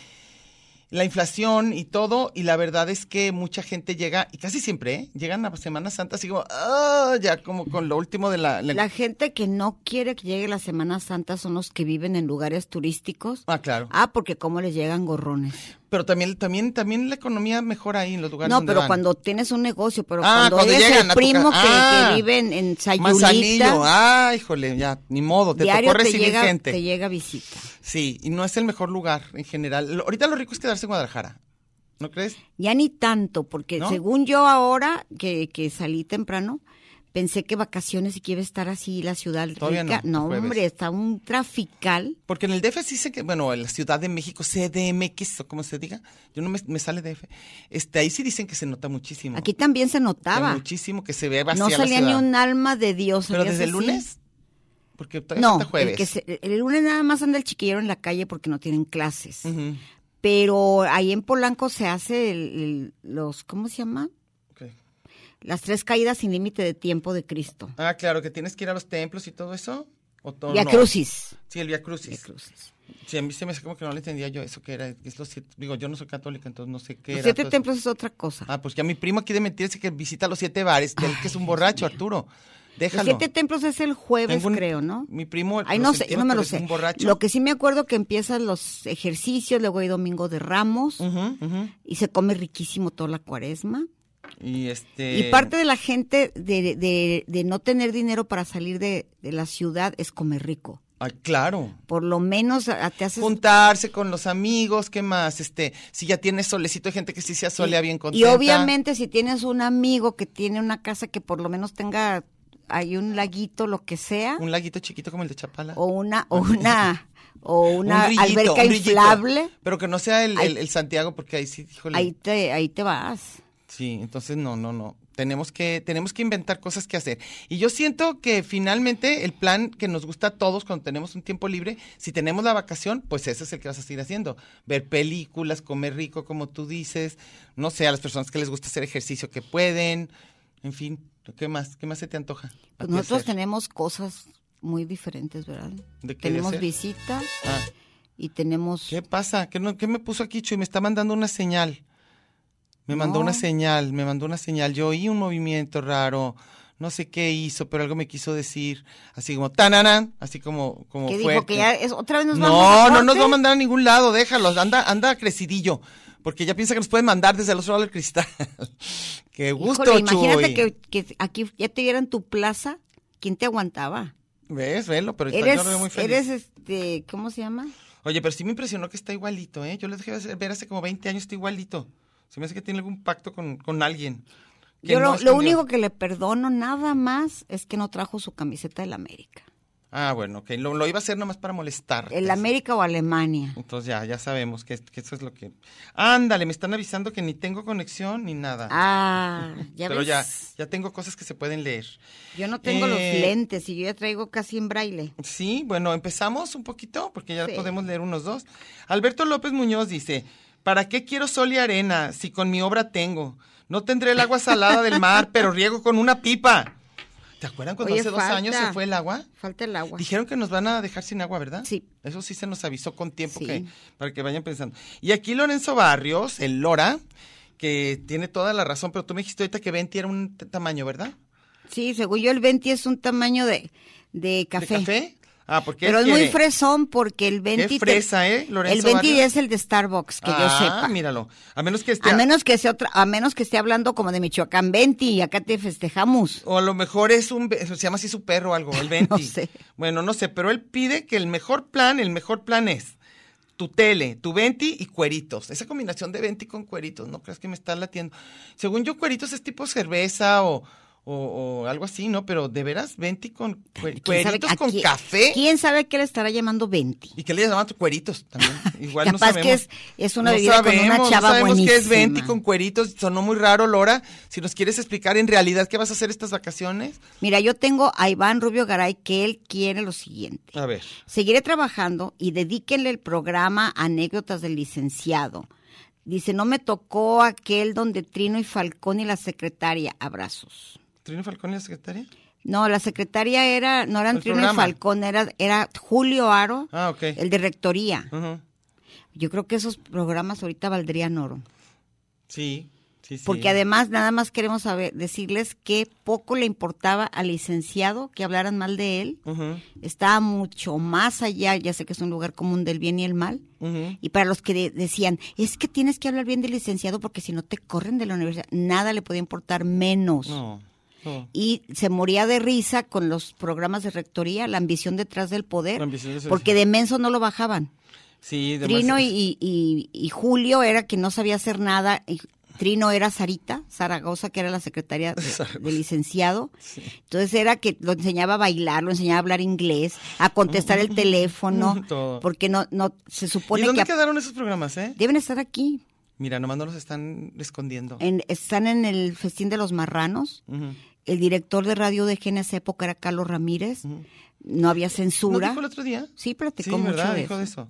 Speaker 3: la inflación y todo. Y la verdad es que mucha gente llega, y casi siempre, ¿eh? llegan a Semana Santa así como, "Ah", ya como con lo último de la... la-
Speaker 4: La gente que no quiere que llegue la Semana Santa son los que viven en lugares turísticos.
Speaker 3: Ah, claro.
Speaker 4: Ah, porque cómo les llegan gorrones.
Speaker 3: Pero también, también, también la economía mejora ahí en los lugares
Speaker 4: No,
Speaker 3: donde
Speaker 4: pero
Speaker 3: van.
Speaker 4: cuando tienes un negocio, pero
Speaker 3: Ah,
Speaker 4: cuando,
Speaker 3: cuando
Speaker 4: eres
Speaker 3: llegan
Speaker 4: el
Speaker 3: a tu
Speaker 4: primo que,
Speaker 3: ca-
Speaker 4: que
Speaker 3: Ah,
Speaker 4: vive en, en
Speaker 3: Manzanillo,
Speaker 4: Sayulita,
Speaker 3: ah, híjole, ya, ni modo, te
Speaker 4: diario
Speaker 3: tocó
Speaker 4: te
Speaker 3: recibir
Speaker 4: llega,
Speaker 3: gente.
Speaker 4: te llega visita.
Speaker 3: Sí, y no es el mejor lugar en general. Lo- Ahorita lo rico es quedarse en Guadalajara. ¿No crees?
Speaker 4: Ya ni tanto, porque
Speaker 3: ¿No?
Speaker 4: según yo ahora que, que salí temprano, pensé que vacaciones y que iba a estar así la ciudad
Speaker 3: Todavía
Speaker 4: rica.
Speaker 3: no,
Speaker 4: No,
Speaker 3: jueves.
Speaker 4: hombre, está un trafical.
Speaker 3: Porque en el DF sí sé que, bueno, en la Ciudad de México, CDMX, o como se diga, yo no me, me sale DF. Este, ahí sí dicen que se nota muchísimo.
Speaker 4: Aquí también se
Speaker 3: Que
Speaker 4: notaba.
Speaker 3: muchísimo que se ve vacía
Speaker 4: No
Speaker 3: la
Speaker 4: salía ni
Speaker 3: ciudad.
Speaker 4: un alma de Dios.
Speaker 3: Pero
Speaker 4: salías
Speaker 3: desde el
Speaker 4: así.
Speaker 3: lunes, porque todavía
Speaker 4: No,
Speaker 3: falta
Speaker 4: el,
Speaker 3: jueves.
Speaker 4: que se- el lunes nada más anda el chiquillero en la calle porque no tienen clases.
Speaker 3: Ujú.
Speaker 4: Pero ahí en Polanco se hace el- el- los, ¿cómo se llama?
Speaker 3: Ok.
Speaker 4: Las tres caídas sin límite de tiempo de Cristo.
Speaker 3: Ah, claro, que tienes que ir a los templos y todo eso. ¿O todo,
Speaker 4: y a
Speaker 3: no?
Speaker 4: Crucis.
Speaker 3: Sí, el Via Crucis.
Speaker 4: Crucis.
Speaker 3: Sí, a mí se me hace como que no le entendía yo eso que era. que es los siete- digo, yo no soy católica, entonces no sé qué
Speaker 4: Los
Speaker 3: era.
Speaker 4: siete
Speaker 3: todo eso.
Speaker 4: templos es otra cosa.
Speaker 3: Ah, pues que a mi primo aquí de mentirse que visita los siete bares, que, él que es un borracho, Arturo.
Speaker 4: Los
Speaker 3: Déjalo.
Speaker 4: siete templos es el jueves,
Speaker 3: Tengo un-
Speaker 4: creo, ¿no?
Speaker 3: mi primo,
Speaker 4: Ay,
Speaker 3: lo
Speaker 4: no sé,
Speaker 3: sentimos,
Speaker 4: no me
Speaker 3: pero
Speaker 4: lo
Speaker 3: es
Speaker 4: sé.
Speaker 3: un borracho.
Speaker 4: Lo que sí me acuerdo que empiezan los ejercicios, luego hay domingo de ramos
Speaker 3: Ujú, ujú.
Speaker 4: y se come riquísimo toda la cuaresma.
Speaker 3: Y este.
Speaker 4: Y parte de la gente de, de- de no tener dinero para salir de, de la ciudad es comer rico.
Speaker 3: Ah, claro.
Speaker 4: Por lo menos ah, te haces...
Speaker 3: Juntarse con los amigos, ¿qué más? Este, si ya tienes solecito, hay gente que sí se asolea bien
Speaker 4: Y
Speaker 3: contenta.
Speaker 4: obviamente si tienes un amigo que tiene una casa que por lo menos tenga hay un laguito, lo que sea,
Speaker 3: Un laguito chiquito como el de Chapala.
Speaker 4: ¿ah? o una, o una, o una
Speaker 3: Un rillito,
Speaker 4: alberca
Speaker 3: un rillito.
Speaker 4: inflable,
Speaker 3: Pero que no sea el,
Speaker 4: Ahí-
Speaker 3: el- el Santiago, porque ahí sí, híjole.
Speaker 4: ahí te, ahí te vas.
Speaker 3: Sí, entonces no, no, no. Tenemos que, tenemos que inventar cosas que hacer. Y yo siento que finalmente el plan que nos gusta a todos cuando tenemos un tiempo libre, si tenemos la vacación, pues ese es el que vas a seguir haciendo. Ver películas, comer rico, como tú dices, no sé, a las personas que les gusta hacer ejercicio que pueden, en fin, ¿qué más? ¿Qué más se te antoja? a
Speaker 4: Pues
Speaker 3: ti
Speaker 4: nosotros
Speaker 3: hacer?
Speaker 4: tenemos cosas muy diferentes, ¿verdad?
Speaker 3: ¿De qué
Speaker 4: tenemos
Speaker 3: hacer?
Speaker 4: visita
Speaker 3: Ah,
Speaker 4: y tenemos...
Speaker 3: ¿Qué pasa? ¿Qué, no- qué me puso aquí, Chuy? Me está mandando una señal. Me mandó
Speaker 4: No.
Speaker 3: una señal, me mandó una señal. Yo oí un movimiento raro, no sé qué hizo, pero algo me quiso decir, así como tananán, así como, como
Speaker 4: que dijo
Speaker 3: fuerte.
Speaker 4: que ya es, otra vez nos vamos a
Speaker 3: no, no nos
Speaker 4: corte?
Speaker 3: va a mandar a ningún lado, déjalos, anda, anda crecidillo, porque ya piensa que nos pueden mandar desde el otro lado del cristal. qué gusto,
Speaker 4: Híjole, imagínate
Speaker 3: Chuy.
Speaker 4: que, que aquí ya te dieran tu plaza, ¿quién te aguantaba?
Speaker 3: Ves, velo, pero yo
Speaker 4: Eres,
Speaker 3: lo veo muy feliz.
Speaker 4: eres este, ¿cómo se llama?
Speaker 3: Oye, pero sí me impresionó que está igualito, ¿eh? Yo le dejé hacer- ver hace como 20 años, está igualito. Se me hace que tiene algún pacto con, con alguien. que
Speaker 4: Yo
Speaker 3: no
Speaker 4: lo, lo
Speaker 3: escondió.
Speaker 4: único que le perdono nada más es que no trajo su camiseta del América.
Speaker 3: Ah, bueno, que lo, lo iba a hacer nomás para molestar.
Speaker 4: El América o Alemania.
Speaker 3: Entonces ya, ya sabemos que, que eso es lo que... Ándale, me están avisando que ni tengo conexión ni nada.
Speaker 4: Ah, ya
Speaker 3: pero
Speaker 4: ves.
Speaker 3: ya, ya tengo cosas que se pueden leer.
Speaker 4: Yo no tengo los
Speaker 3: Eh,
Speaker 4: lentes y yo ya traigo casi en braille.
Speaker 3: Sí, bueno, empezamos un poquito porque ya
Speaker 4: Sí.
Speaker 3: podemos leer unos dos. Alberto López Muñoz dice, ¿para qué quiero sol y arena si con mi obra tengo? No tendré el agua salada del mar, pero riego con una pipa. ¿Te acuerdan cuando
Speaker 4: Oye,
Speaker 3: hace dos
Speaker 4: falta.
Speaker 3: años se fue el agua?
Speaker 4: Falta el agua.
Speaker 3: Dijeron que nos van a dejar sin agua, ¿verdad?
Speaker 4: Sí.
Speaker 3: Eso sí se nos avisó con tiempo
Speaker 4: Sí.
Speaker 3: que, para que vayan pensando. Y aquí Lorenzo Barrios, el Lora, que tiene toda la razón, pero tú me dijiste ahorita que 20 era un t- tamaño, ¿verdad?
Speaker 4: Sí, según yo el 20 es un tamaño de, de
Speaker 3: ¿De
Speaker 4: café.
Speaker 3: café? Ah, porque él
Speaker 4: Pero es muy
Speaker 3: quiere-
Speaker 4: fresón porque el 20... te-
Speaker 3: fresa, ¿eh, Lorenzo
Speaker 4: El 20
Speaker 3: Barrios?
Speaker 4: es el de Starbucks, que yo
Speaker 3: Ah,
Speaker 4: sepa.
Speaker 3: míralo. A menos que esté.
Speaker 4: A menos que sea otra, a menos que esté hablando como de Michoacán 20 y acá te festejamos.
Speaker 3: O a lo mejor es un. ve- Se llama así su perro o algo, el 20.
Speaker 4: No sé.
Speaker 3: Bueno, no sé, pero él pide que el mejor plan, el mejor plan es tu tele, tu 20 y cueritos. Esa combinación de 20 con cueritos, ¿no crees que me está latiendo? Según yo, cueritos es tipo cerveza o. o- o algo así, ¿no? Pero de veras, 20 con cuer-
Speaker 4: ¿Quién sabe
Speaker 3: cueritos
Speaker 4: a
Speaker 3: con
Speaker 4: quién-
Speaker 3: café.
Speaker 4: ¿Quién sabe qué le estará llamando 20?
Speaker 3: ¿Y qué le llamaban cueritos también? Igual no
Speaker 4: Capaz
Speaker 3: sabemos.
Speaker 4: que es- es una
Speaker 3: No
Speaker 4: bebida con una
Speaker 3: sabemos,
Speaker 4: chava
Speaker 3: No sabemos qué es
Speaker 4: buenísima.
Speaker 3: 20 con cueritos. Sonó muy raro, Lora. Si nos quieres explicar en realidad qué vas a hacer estas vacaciones.
Speaker 4: Mira, yo tengo a Iván Rubio Garay que él quiere lo siguiente.
Speaker 3: A ver.
Speaker 4: Seguiré trabajando y dedíquenle el programa Anécdotas del Licenciado. Dice, no me tocó aquel donde Trino y Falcón y la secretaria, abrazos.
Speaker 3: ¿Trino Falcón y la secretaria?
Speaker 4: No, la secretaria era, no eran
Speaker 3: El
Speaker 4: Trino
Speaker 3: programa.
Speaker 4: y Falcón, era, era Julio Aro,
Speaker 3: Ah, ok.
Speaker 4: el de Rectoría.
Speaker 3: Ujú.
Speaker 4: Yo creo que esos programas ahorita valdrían oro.
Speaker 3: Sí, sí, sí.
Speaker 4: Porque además nada más queremos saber, decirles que poco le importaba al licenciado que hablaran mal de él.
Speaker 3: Ujú,
Speaker 4: Estaba mucho más allá, ya sé que es un lugar común del bien y el mal.
Speaker 3: ujú.
Speaker 4: Y para los que de- decían, es que tienes que hablar bien del licenciado porque si no te corren de la universidad, nada le podía importar menos.
Speaker 3: No, no.
Speaker 4: Y se moría de risa con los programas de rectoría, la ambición detrás del poder,
Speaker 3: La ambición detrás del
Speaker 4: porque
Speaker 3: poder.
Speaker 4: de menso no lo bajaban.
Speaker 3: Sí, de
Speaker 4: Trino
Speaker 3: más-
Speaker 4: y, y- y Julio era que no sabía hacer nada. y Trino era Sarita Zaragoza, que era la secretaria de- del licenciado. Entonces era que lo enseñaba a bailar, lo enseñaba a hablar inglés, a contestar el teléfono,
Speaker 3: Todo.
Speaker 4: porque no, no se
Speaker 3: ¿Y
Speaker 4: supone
Speaker 3: dónde
Speaker 4: que a-
Speaker 3: quedaron esos programas, eh?
Speaker 4: deben estar aquí.
Speaker 3: Mira, nomás no los están escondiendo.
Speaker 4: En- están en el festín de los marranos.
Speaker 3: Ujú.
Speaker 4: El director de radio de GNS época era Carlos Ramírez. No había
Speaker 3: ¿No
Speaker 4: censura.
Speaker 3: dijo el otro día?
Speaker 4: Sí,
Speaker 3: Sí,
Speaker 4: platicó mucho
Speaker 3: ¿verdad?
Speaker 4: de
Speaker 3: Dijo
Speaker 4: eso.
Speaker 3: de eso.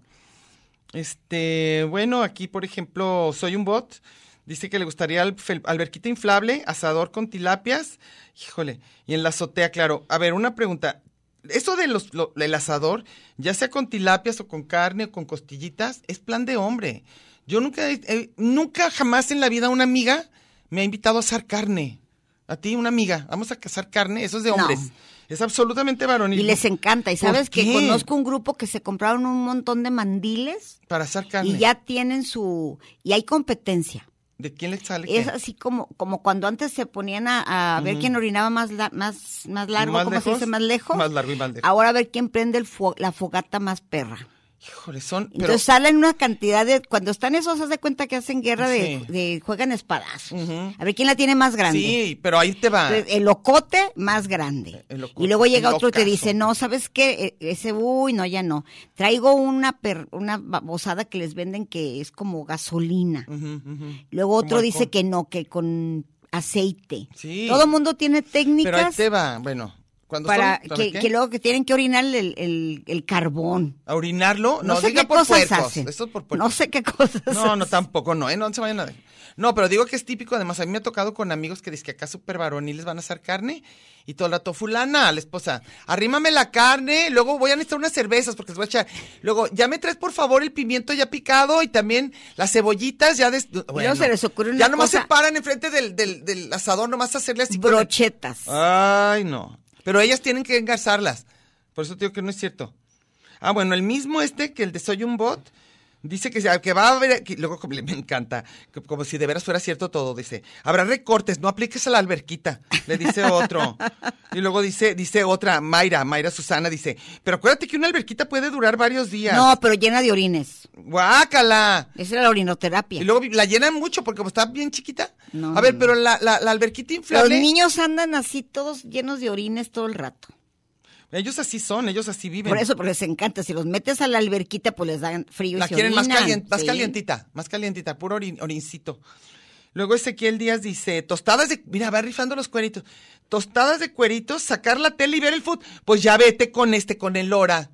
Speaker 3: Este, bueno, aquí por ejemplo, soy un bot. Dice que le gustaría al- fel- alberquita inflable, asador con tilapias. Híjole, y en la azotea, claro. A ver, una pregunta. eso de los, lo- el asador, ya sea con tilapias o con carne o con costillitas, es plan de hombre. Yo nunca, he- he- nunca jamás en la vida una amiga me ha invitado a asar carne. A ti, una amiga, vamos a cazar carne, eso es de
Speaker 4: No.
Speaker 3: hombres. Es absolutamente varonil.
Speaker 4: Y les encanta. Y
Speaker 3: ¿Por
Speaker 4: sabes que
Speaker 3: qué?
Speaker 4: conozco un grupo que se compraron un montón de mandiles
Speaker 3: Para asar carne.
Speaker 4: y ya tienen su... Y hay competencia.
Speaker 3: ¿De quién le sale
Speaker 4: Es
Speaker 3: qué?
Speaker 4: así como, como cuando antes se ponían a, a ver quién orinaba más, la- más, más largo,
Speaker 3: ¿Más
Speaker 4: ¿cómo se
Speaker 3: lejos?
Speaker 4: dice? Más lejos.
Speaker 3: Más largo y más lejos.
Speaker 4: Ahora a ver quién prende el fo- la fogata más perra.
Speaker 3: Híjole, son... pero-
Speaker 4: Entonces salen una cantidad de... Cuando están esos, haz de cuenta que hacen guerra de,
Speaker 3: Sí.
Speaker 4: de- juegan espadazos.
Speaker 3: Ujú.
Speaker 4: A ver quién la tiene más grande.
Speaker 3: sí, pero ahí te va.
Speaker 4: Entonces, el locote más grande.
Speaker 3: El locote,
Speaker 4: y luego llega
Speaker 3: el
Speaker 4: otro y te
Speaker 3: locazo.
Speaker 4: dice, no, ¿sabes qué? E- Ese, uy, no, ya no. Traigo una, per- una babosada que les venden que es como gasolina.
Speaker 3: Ujú, ujú.
Speaker 4: Luego
Speaker 3: Como
Speaker 4: otro dice
Speaker 3: alcohol.
Speaker 4: que no, que con aceite.
Speaker 3: Sí.
Speaker 4: Todo mundo tiene
Speaker 3: Pero ahí
Speaker 4: técnicas
Speaker 3: te va, bueno. Cuando
Speaker 4: para
Speaker 3: son- ¿para
Speaker 4: que,
Speaker 3: qué?
Speaker 4: que luego que tienen que orinar el, el- el carbón.
Speaker 3: ¿A orinarlo? No,
Speaker 4: No, sé
Speaker 3: diga
Speaker 4: qué
Speaker 3: por
Speaker 4: cosas
Speaker 3: puercos.
Speaker 4: hacen.
Speaker 3: Eso es por puercos.
Speaker 4: no sé qué cosas
Speaker 3: No, no,
Speaker 4: hacen.
Speaker 3: tampoco, no, ¿eh? No se vayan a... No, pero digo que es típico, además, a mí me ha tocado con amigos que dicen que acá súper varoniles van a hacer carne y todo el rato, fulana, la esposa, arrímame la carne, luego voy a necesitar unas cervezas porque les voy a echar... Luego, ya me traes, por favor, el pimiento ya picado y también las cebollitas ya... Des... Bueno,
Speaker 4: se les ocurre una
Speaker 3: Ya nomás
Speaker 4: cosa-
Speaker 3: se paran enfrente del, del, del asador, nomás hacerle así... con el-
Speaker 4: Brochetas.
Speaker 3: Ay, no. Pero ellas tienen que engarzarlas. Por eso te digo que no es cierto. Ah, bueno, el mismo este que el de Soy un Bot dice que, se- que va a haber. que- luego, como le- me encanta. que- Como si de veras fuera cierto todo. Dice: habrá recortes, no apliques a la alberquita. Le dice otro. y luego dice dice otra, Mayra, Mayra Susana, dice: Pero acuérdate que una alberquita puede durar varios días.
Speaker 4: No, pero llena de orines.
Speaker 3: ¡Guácala!
Speaker 4: Esa es la orinoterapia.
Speaker 3: Y luego la llenan mucho porque como está bien chiquita.
Speaker 4: No,
Speaker 3: a ver,
Speaker 4: no,
Speaker 3: pero la, la, la alberquita
Speaker 4: Los
Speaker 3: inflable.
Speaker 4: niños andan así todos llenos de orines todo el rato.
Speaker 3: Ellos así son, ellos así viven.
Speaker 4: Por eso, porque les encanta. Si los metes a la alberquita, pues les dan frío y
Speaker 3: La
Speaker 4: se
Speaker 3: quieren más,
Speaker 4: orinan,
Speaker 3: calien- más
Speaker 4: sí.
Speaker 3: calientita, más calientita, puro orin- orincito. Luego Ezequiel Díaz dice, tostadas de... Mira, va rifando los cueritos. Tostadas de cueritos, sacar la tele y ver el food. Pues ya vete con este, con el Lora.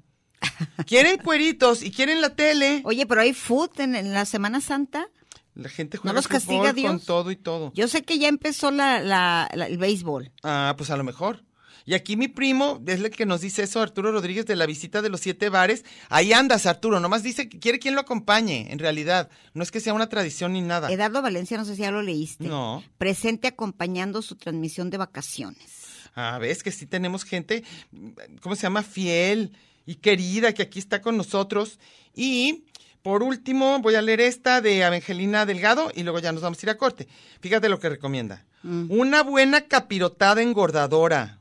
Speaker 3: Quieren cueritos y quieren la tele.
Speaker 4: Oye, pero hay food en, en la Semana Santa.
Speaker 3: La gente juega
Speaker 4: ¿no los
Speaker 3: fútbol
Speaker 4: castiga
Speaker 3: con
Speaker 4: Dios?
Speaker 3: todo y todo.
Speaker 4: Yo sé que ya empezó la, la- la- el béisbol.
Speaker 3: Ah, pues a lo mejor. Y aquí mi primo, es el que nos dice eso, Arturo Rodríguez, de la visita de los siete bares. Ahí andas, Arturo. Nomás dice que quiere quien lo acompañe, en realidad. No es que sea una tradición ni nada.
Speaker 4: Eduardo Valencia, no sé si ya lo leíste.
Speaker 3: Ah. No.
Speaker 4: Presente acompañando su transmisión de vacaciones.
Speaker 3: Ah, ves que sí tenemos gente, mm, ¿cómo se llama? Fiel y querida que aquí está con nosotros. Y por último, voy a leer esta de Evangelina Delgado y luego ya nos vamos a ir a corte. Fíjate lo que recomienda. Una buena capirotada engordadora,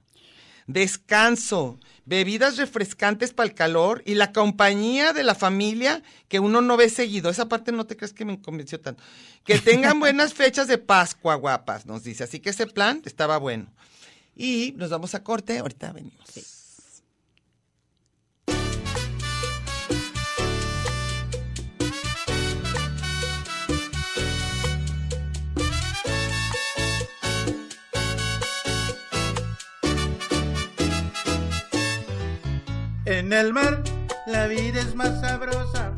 Speaker 3: descanso, bebidas refrescantes para el calor y la compañía de la familia que uno no ve seguido. Esa parte no te crees que me convenció tanto. Que tengan buenas fechas de Pascua, guapas, nos dice. Así que ese plan estaba bueno. Y nos vamos a corte, ahorita venimos.
Speaker 6: En el mar la vida es más sabrosa.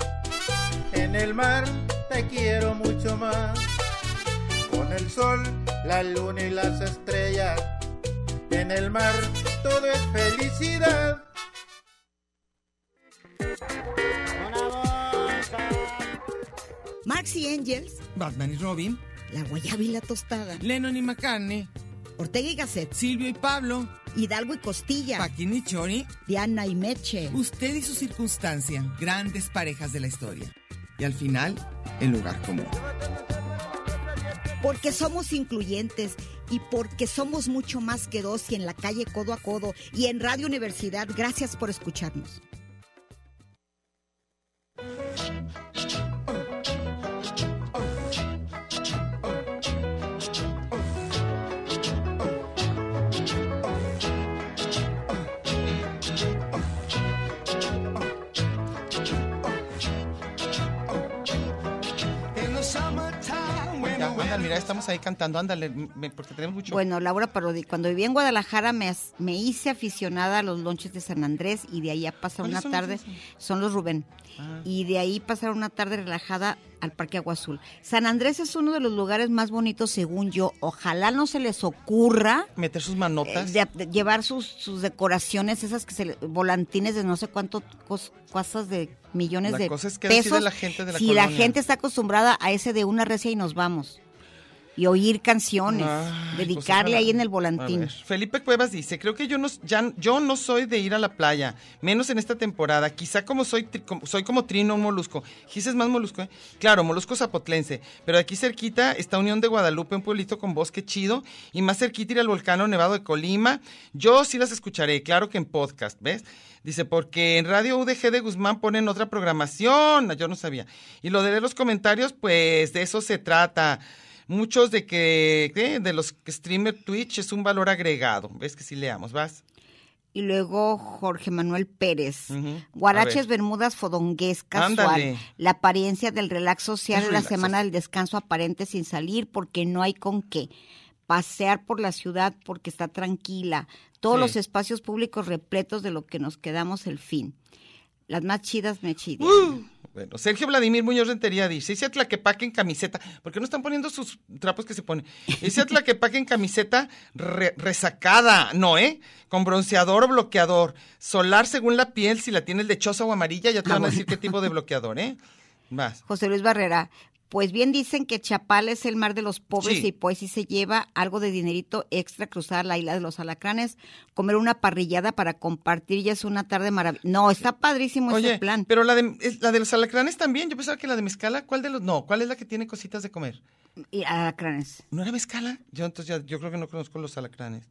Speaker 6: En el mar te quiero mucho más. Con el sol, la luna y las estrellas. En el mar todo es felicidad.
Speaker 1: Marx y Angels,
Speaker 3: Batman y Robin,
Speaker 1: La Guayaba y la Tostada,
Speaker 3: Lennon y McCartney,
Speaker 1: Ortega y Gasset,
Speaker 3: Silvio y Pablo,
Speaker 1: Hidalgo y Costilla,
Speaker 3: Paquín y Chori,
Speaker 1: Diana y Meche.
Speaker 3: usted y su circunstancia, grandes parejas de la historia. Y al final, el lugar común.
Speaker 1: Porque somos incluyentes y porque somos mucho más que dos y en la calle codo a codo y en Radio Universidad. Gracias por escucharnos.
Speaker 3: Ya, anda, Oigan, mira, estamos ahí cantando, ándale, me- porque tenemos mucho.
Speaker 4: Bueno, Laura Parodi, cuando vivía en Guadalajara me, as- me hice aficionada a los lonches de San Andrés y de ahí a pasar
Speaker 3: ¿Cuáles
Speaker 4: una
Speaker 3: son
Speaker 4: tarde,
Speaker 3: esos?
Speaker 4: son los Rubén,
Speaker 3: Ah.
Speaker 4: y de ahí pasar una tarde relajada al Parque Agua Azul. San Andrés es uno de los lugares más bonitos según yo, ojalá no se les ocurra
Speaker 3: Meter sus
Speaker 4: eh,
Speaker 3: manotas.
Speaker 4: de- de llevar sus, sus decoraciones, esas que se le- volantines de no sé cuánto, cos- cosas de millones
Speaker 3: La
Speaker 4: de
Speaker 3: cosa es que decide
Speaker 4: pesos.
Speaker 3: la gente de la
Speaker 4: si la
Speaker 3: colonia.
Speaker 4: gente está acostumbrada a ese de una recia y nos vamos. Y oír canciones,
Speaker 3: Ay, pues,
Speaker 4: dedicarle
Speaker 3: ojalá.
Speaker 4: ahí en el
Speaker 3: A
Speaker 4: volantín.
Speaker 3: ver, Felipe Cuevas dice, creo que yo no, ya- yo no soy de ir a la playa, menos en esta temporada. Quizá como soy, tri- como- soy como Trino, un molusco. Gis es más molusco, ¿eh? Claro, molusco zapotlense. Pero aquí cerquita está Unión de Guadalupe, un pueblito con bosque chido. Y más cerquita ir al volcán Nevado de Colima. Yo sí las escucharé, claro que en podcast, ¿ves? Dice, porque en Radio UDG de Guzmán ponen otra programación. Yo no sabía. Y lo de leer los comentarios, pues de eso se trata. Muchos de que, ¿qué? de los que streamer Twitch es un valor agregado. Ves que sí leamos, vas.
Speaker 4: Y luego Jorge Manuel Pérez.
Speaker 3: Ujú. A
Speaker 4: Guaraches,
Speaker 3: ver.
Speaker 4: bermudas, fodonguescas,
Speaker 3: Ándale.
Speaker 4: casual. La apariencia del relax social
Speaker 3: Es
Speaker 4: en la
Speaker 3: relax,
Speaker 4: semana
Speaker 3: es-
Speaker 4: del descanso aparente sin salir porque no hay con qué. Pasear por la ciudad porque está tranquila. Todos
Speaker 3: Sí.
Speaker 4: los espacios públicos repletos de lo que nos quedamos el fin. Las más chidas me chidan.
Speaker 3: Bueno, Sergio Vladimir Muñoz Rentería dice, dice a Tlaquepaque en camiseta, ¿por qué no están poniendo sus trapos que se ponen? Dice a Tlaquepaque en camiseta re- resacada, ¿no, eh? Con bronceador o bloqueador, solar según la piel, si la tienes lechosa o amarilla, ya te van a decir qué tipo de bloqueador, ¿eh? Vas.
Speaker 4: José Luis Barrera, pues bien dicen que Chapal es el mar de los pobres
Speaker 3: Sí.
Speaker 4: y pues si se lleva algo de dinerito extra cruzar la isla de los alacranes, comer una parrillada para compartir ya es una tarde maravillosa. No, está padrísimo
Speaker 3: Oye,
Speaker 4: ese plan.
Speaker 3: pero la de, es- la de los alacranes también, yo pensaba que la de mezcala, ¿cuál de los? No, ¿cuál es la que tiene cositas de comer?
Speaker 4: Y alacranes.
Speaker 3: ¿No era mezcala? Yo entonces ya, yo creo que no conozco los alacranes.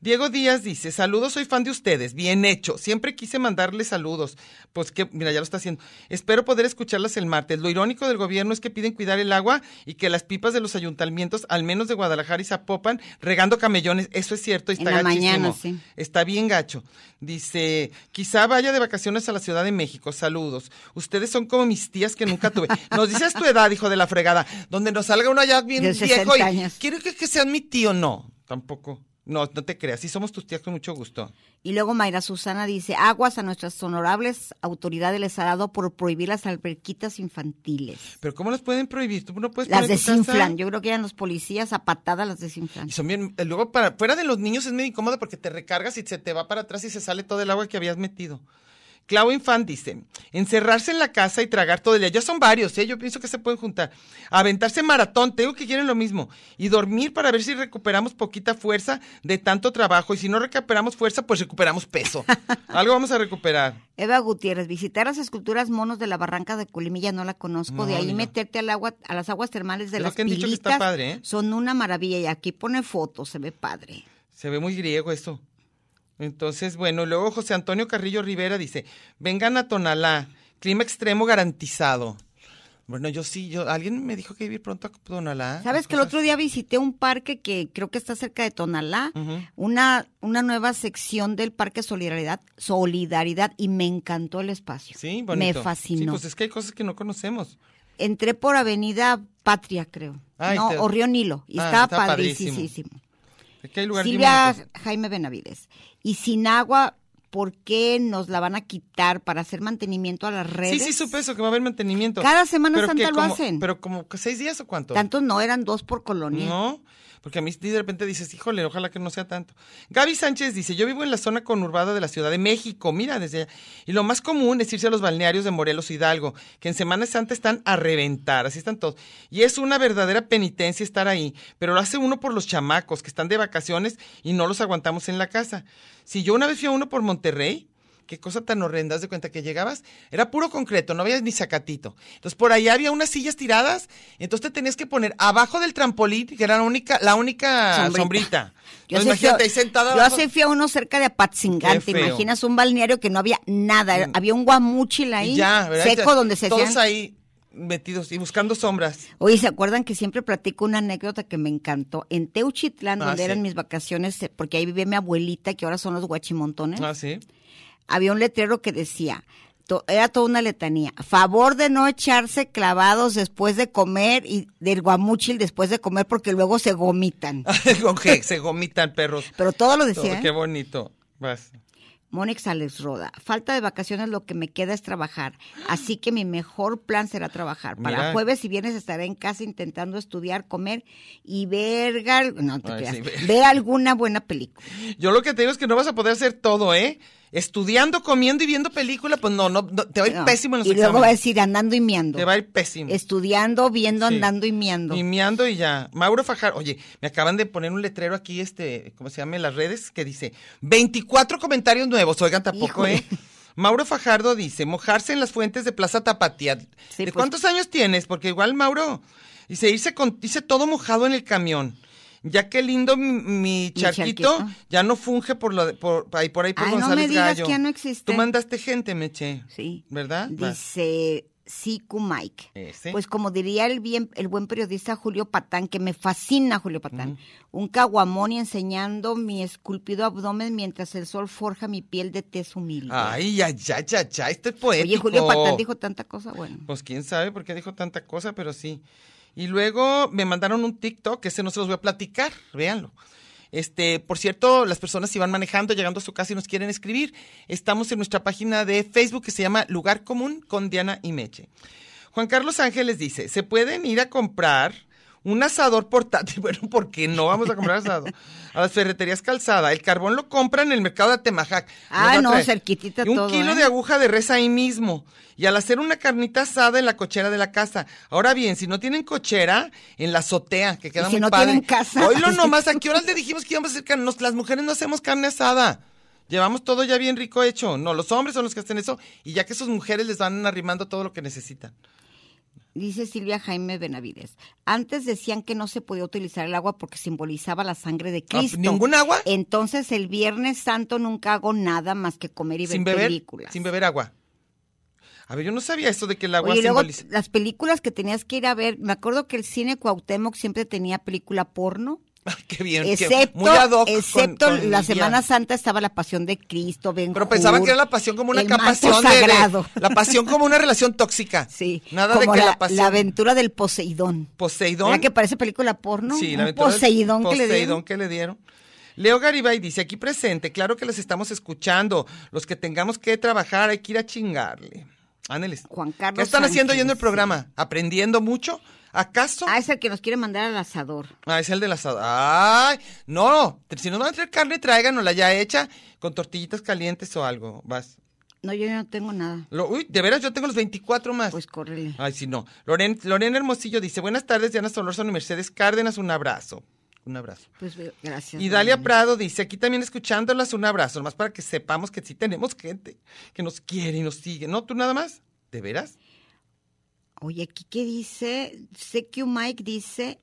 Speaker 3: Diego Díaz dice, saludos, soy fan de ustedes, bien hecho, siempre quise mandarle saludos, pues que, mira, ya lo está haciendo, espero poder escucharlas el martes, lo irónico del gobierno es que piden cuidar el agua y que las pipas de los ayuntamientos, al menos de Guadalajara y Zapopan, regando camellones, eso es cierto, y
Speaker 4: En
Speaker 3: está
Speaker 4: la mañana,
Speaker 3: gachísimo.
Speaker 4: sí.
Speaker 3: Está bien gacho. Dice, quizá vaya de vacaciones a la Ciudad de México. Saludos. Ustedes son como mis tías que nunca tuve. Nos dices tu edad, hijo de la fregada, donde nos salga uno allá bien
Speaker 4: De 60
Speaker 3: viejo y
Speaker 4: años.
Speaker 3: quiero que, que sean mi tío. No, tampoco. No, no te creas. Sí somos tus tías con mucho gusto.
Speaker 4: Y luego Mayra Susana dice, aguas a nuestras honorables autoridades les ha dado por prohibir las alberquitas infantiles.
Speaker 3: Pero ¿cómo las pueden prohibir? Tú no puedes
Speaker 4: Las
Speaker 3: poner en tu casa.
Speaker 4: desinflan, yo creo que eran los policías a patada las desinflan.
Speaker 3: Y son bien, eh, luego para, fuera de los niños es medio incómodo porque te recargas y se te va para atrás y se sale todo el agua que habías metido. Clau Infant dice, encerrarse en la casa y tragar todo el día. Ya son varios, ¿eh? yo pienso que se pueden juntar. Aventarse maratón, tengo que quieren lo mismo. Y dormir para ver si recuperamos poquita fuerza de tanto trabajo. Y si no recuperamos fuerza, pues recuperamos peso. Algo vamos a recuperar.
Speaker 4: Eva Gutiérrez, visitar las esculturas monos de la barranca de Colimilla, no la conozco.
Speaker 3: No,
Speaker 4: de ahí
Speaker 3: mira.
Speaker 4: meterte al agua, a las aguas termales de
Speaker 3: Es lo
Speaker 4: las
Speaker 3: que han dicho que está
Speaker 4: pilitas,
Speaker 3: padre, ¿eh?
Speaker 4: son una maravilla. Y aquí pone fotos, se ve padre.
Speaker 3: Se ve muy griego eso. Entonces, bueno, y luego José Antonio Carrillo Rivera dice, vengan a Tonalá, clima extremo garantizado. Bueno, yo sí, yo, alguien me dijo que iba a ir pronto a Tonalá.
Speaker 4: ¿Sabes que el
Speaker 3: Cosas-
Speaker 4: otro día visité un parque que creo que está cerca de Tonalá?
Speaker 3: Ujú.
Speaker 4: una, una nueva sección del Parque Solidaridad, Solidaridad, y me encantó el espacio.
Speaker 3: Sí, bonito.
Speaker 4: Me fascinó.
Speaker 3: Sí, pues es que hay cosas que no conocemos.
Speaker 4: Entré por Avenida Patria, creo.
Speaker 3: Ay,
Speaker 4: no,
Speaker 3: te-
Speaker 4: o Río Nilo. Y
Speaker 3: Ah,
Speaker 4: estaba
Speaker 3: está padrísimo.
Speaker 4: padricísimo.
Speaker 3: Es que hay lugares bien
Speaker 4: Silvia
Speaker 3: bonitos.
Speaker 4: Jaime Benavides. Y sin agua, ¿por qué nos la van a quitar para hacer mantenimiento a las redes?
Speaker 3: Sí, sí, supe eso, que va a haber mantenimiento.
Speaker 4: Cada Semana
Speaker 3: Pero
Speaker 4: Santa
Speaker 3: que
Speaker 4: lo
Speaker 3: como-
Speaker 4: hacen.
Speaker 3: Pero como seis días o cuánto?
Speaker 4: Tantos no, eran dos por colonia.
Speaker 3: No, porque a mí de repente dices, híjole, ojalá que no sea tanto. Gaby Sánchez dice, yo vivo en la zona conurbada de la Ciudad de México, mira, desde allá. Y lo más común es irse a los balnearios de Morelos Hidalgo, que en Semana Santa están a reventar, así están todos. Y es una verdadera penitencia estar ahí, pero lo hace uno por los chamacos que están de vacaciones y no los aguantamos en la casa. Si yo una vez fui a uno por Monterrey, Qué cosa tan horrenda, haz de cuenta que llegabas, era puro concreto, no había ni sacatito. Entonces por allá había unas sillas tiradas, entonces te tenías que poner abajo del trampolín, que era la única, la única sombrita.
Speaker 4: Sombrita.
Speaker 3: Entonces,
Speaker 4: sí fui a-
Speaker 3: imagínate ahí sentada
Speaker 4: yo
Speaker 3: abajo.
Speaker 4: sí fui a uno cerca de Apatzingán,
Speaker 3: Qué
Speaker 4: te
Speaker 3: feo.
Speaker 4: imaginas un balneario que no había nada,
Speaker 3: Mm.
Speaker 4: había un guamúchil ahí,
Speaker 3: y ya, ¿verdad?
Speaker 4: seco
Speaker 3: Ya,
Speaker 4: donde se
Speaker 3: Todos
Speaker 4: hacían-
Speaker 3: ahí metidos y buscando sombras.
Speaker 4: Oye, ¿se acuerdan que siempre platico una anécdota que me encantó? En Teuchitlán,
Speaker 3: Ah,
Speaker 4: donde
Speaker 3: sí.
Speaker 4: eran mis vacaciones, eh, porque ahí vivía mi abuelita, que ahora son los guachimontones,
Speaker 3: Ah, sí.
Speaker 4: había un letrero que decía, to- era toda una letanía. Favor de no echarse clavados después de comer y del guamuchil después de comer porque luego se vomitan.
Speaker 3: Con que se gomitan perros.
Speaker 4: Pero todo lo
Speaker 3: Todo,
Speaker 4: decía.
Speaker 3: Qué
Speaker 4: ¿eh?
Speaker 3: bonito. Vas.
Speaker 4: Mónix Alex Roda. Falta de vacaciones, lo que me queda es trabajar. Así que mi mejor plan será trabajar. Para
Speaker 3: Mira.
Speaker 4: jueves y viernes estaré en casa intentando estudiar, comer y verga, no te
Speaker 3: Ay,
Speaker 4: creas,
Speaker 3: sí, ver-
Speaker 4: ver alguna buena película.
Speaker 3: Yo lo que te digo es que no vas a poder hacer todo, ¿eh? Estudiando, comiendo y viendo película, pues no, no, no, te va a ir
Speaker 4: No.
Speaker 3: pésimo en los
Speaker 4: y luego va a
Speaker 3: exámenes.
Speaker 4: decir andando y miando.
Speaker 3: Te va a ir pésimo.
Speaker 4: Estudiando, viendo,
Speaker 3: Sí.
Speaker 4: andando y miando.
Speaker 3: Y miando y ya. Mauro Fajardo, oye, me acaban de poner un letrero aquí, este, ¿cómo se llama? En las redes, que dice 24 comentarios nuevos. Oigan, tampoco,
Speaker 4: Híjole.
Speaker 3: ¿eh? Mauro Fajardo dice, mojarse en las fuentes de Plaza Tapatía. ¿De
Speaker 4: Sí, pues.
Speaker 3: cuántos años tienes? Porque igual Mauro, dice, irse con, dice todo mojado en el camión. Ya que lindo mi, mi charquito,
Speaker 4: charquito.
Speaker 3: ya no funge por, lo de- por, ahí, por ahí por
Speaker 4: Ay, no
Speaker 3: González
Speaker 4: me digas
Speaker 3: Gallo.
Speaker 4: que ya no existe.
Speaker 3: Tú mandaste gente, Meche.
Speaker 4: Sí.
Speaker 3: ¿Verdad? Vas.
Speaker 4: Dice Siku Mike.
Speaker 3: Ese.
Speaker 4: Pues como diría el bien, el buen periodista Julio Patán, que me fascina Julio Patán, un caguamón y enseñando mi esculpido abdomen mientras el sol forja mi piel de tez humilde.
Speaker 3: Ay, ya, ya, ya, ya, este es poético.
Speaker 4: Oye, Julio Patán dijo tanta cosa, bueno.
Speaker 3: Pues quién sabe por qué dijo tanta cosa, pero sí. Y luego me mandaron un TikTok, ese no se los voy a platicar, véanlo. Este, por cierto, las personas si van manejando, llegando a su casa y nos quieren escribir, estamos en nuestra página de Facebook que se llama Lugar Común con Diana y Meche. Juan Carlos Ángeles dice, se pueden ir a comprar un asador portátil. Bueno, ¿por qué no vamos a comprar asador? A las ferreterías calzada. El carbón lo compran en el mercado de Atemajac. Nos
Speaker 4: Ah,
Speaker 3: va a
Speaker 4: no,
Speaker 3: traer.
Speaker 4: cerquitita
Speaker 3: Y un
Speaker 4: todo,
Speaker 3: kilo
Speaker 4: ¿eh?
Speaker 3: de aguja de res ahí mismo. Y al hacer una carnita asada en la cochera de la casa. Ahora bien, si no tienen cochera, en la azotea, que queda
Speaker 4: si
Speaker 3: muy
Speaker 4: no
Speaker 3: padre.
Speaker 4: tienen casa.
Speaker 3: Oílo nomás, ¿a qué horas le dijimos que íbamos a hacer carne? Nos- Las mujeres no hacemos carne asada. Llevamos todo ya bien rico hecho. No, los hombres son los que hacen eso. Y ya que sus mujeres les van arrimando todo lo que necesitan.
Speaker 4: Dice Silvia Jaime Benavides. Antes decían que no se podía utilizar el agua porque simbolizaba la sangre de
Speaker 3: Ah,
Speaker 4: Cristo.
Speaker 3: ¿ningún agua?
Speaker 4: Entonces el Viernes Santo nunca hago nada más que comer y ver
Speaker 3: sin beber,
Speaker 4: películas.
Speaker 3: sin beber agua. A ver, yo no sabía eso de que el agua
Speaker 4: Oye, y luego
Speaker 3: simboliza.
Speaker 4: las películas que tenías que ir a ver, me acuerdo que el cine Cuauhtémoc siempre tenía película porno,
Speaker 3: Ay, qué bien, qué-
Speaker 4: excepto,
Speaker 3: muy ad hoc con-
Speaker 4: excepto
Speaker 3: con
Speaker 4: la
Speaker 3: el día.
Speaker 4: Semana Santa estaba la Pasión de Cristo, Ben
Speaker 3: Pero pensaban
Speaker 4: Hur,
Speaker 3: que era la pasión como una
Speaker 4: el manto
Speaker 3: pasión de- de-
Speaker 4: sagrado.
Speaker 3: la pasión como una relación tóxica.
Speaker 4: sí,
Speaker 3: Nada
Speaker 4: como
Speaker 3: de que
Speaker 4: la,
Speaker 3: la,
Speaker 4: la
Speaker 3: pasión.
Speaker 4: aventura del Poseidón.
Speaker 3: Poseidón.
Speaker 4: ¿Verdad que parece película porno?
Speaker 3: Sí, la
Speaker 4: Un
Speaker 3: aventura del
Speaker 4: Poseidón, que le
Speaker 3: Poseidón
Speaker 4: dieron.
Speaker 3: que le dieron. Leo Garibay dice, aquí presente, claro que les estamos escuchando. Los que tengamos que trabajar hay que ir a chingarle. Ángeles.
Speaker 4: Juan Carlos
Speaker 3: ¿Qué están haciendo
Speaker 4: Sánchez,
Speaker 3: yendo el programa? ¿Aprendiendo mucho? ¿Acaso?
Speaker 4: Ah, es el que nos quiere mandar al asador.
Speaker 3: Ah, es el del asado. ¡Ay! No, te- si no van a traer carne, tráiganosla ya hecha con tortillitas calientes o algo. Vas.
Speaker 4: No, yo no tengo nada.
Speaker 3: Lo- uy, de veras, yo tengo los 24 más.
Speaker 4: Pues córrele.
Speaker 3: Ay, si no. Loren, Lorena Hermosillo dice, buenas tardes, Diana Solórzano y Mercedes Cárdenas, un abrazo. Un abrazo.
Speaker 4: Pues ve- gracias.
Speaker 3: Y Dalia
Speaker 4: Mariana.
Speaker 3: Prado dice, aquí también escuchándolas, un abrazo, más para que sepamos que sí tenemos gente que nos quiere y nos sigue. ¿No? ¿Tú nada más? ¿De veras?
Speaker 4: Oye, aquí qué dice, CQ Mike dice,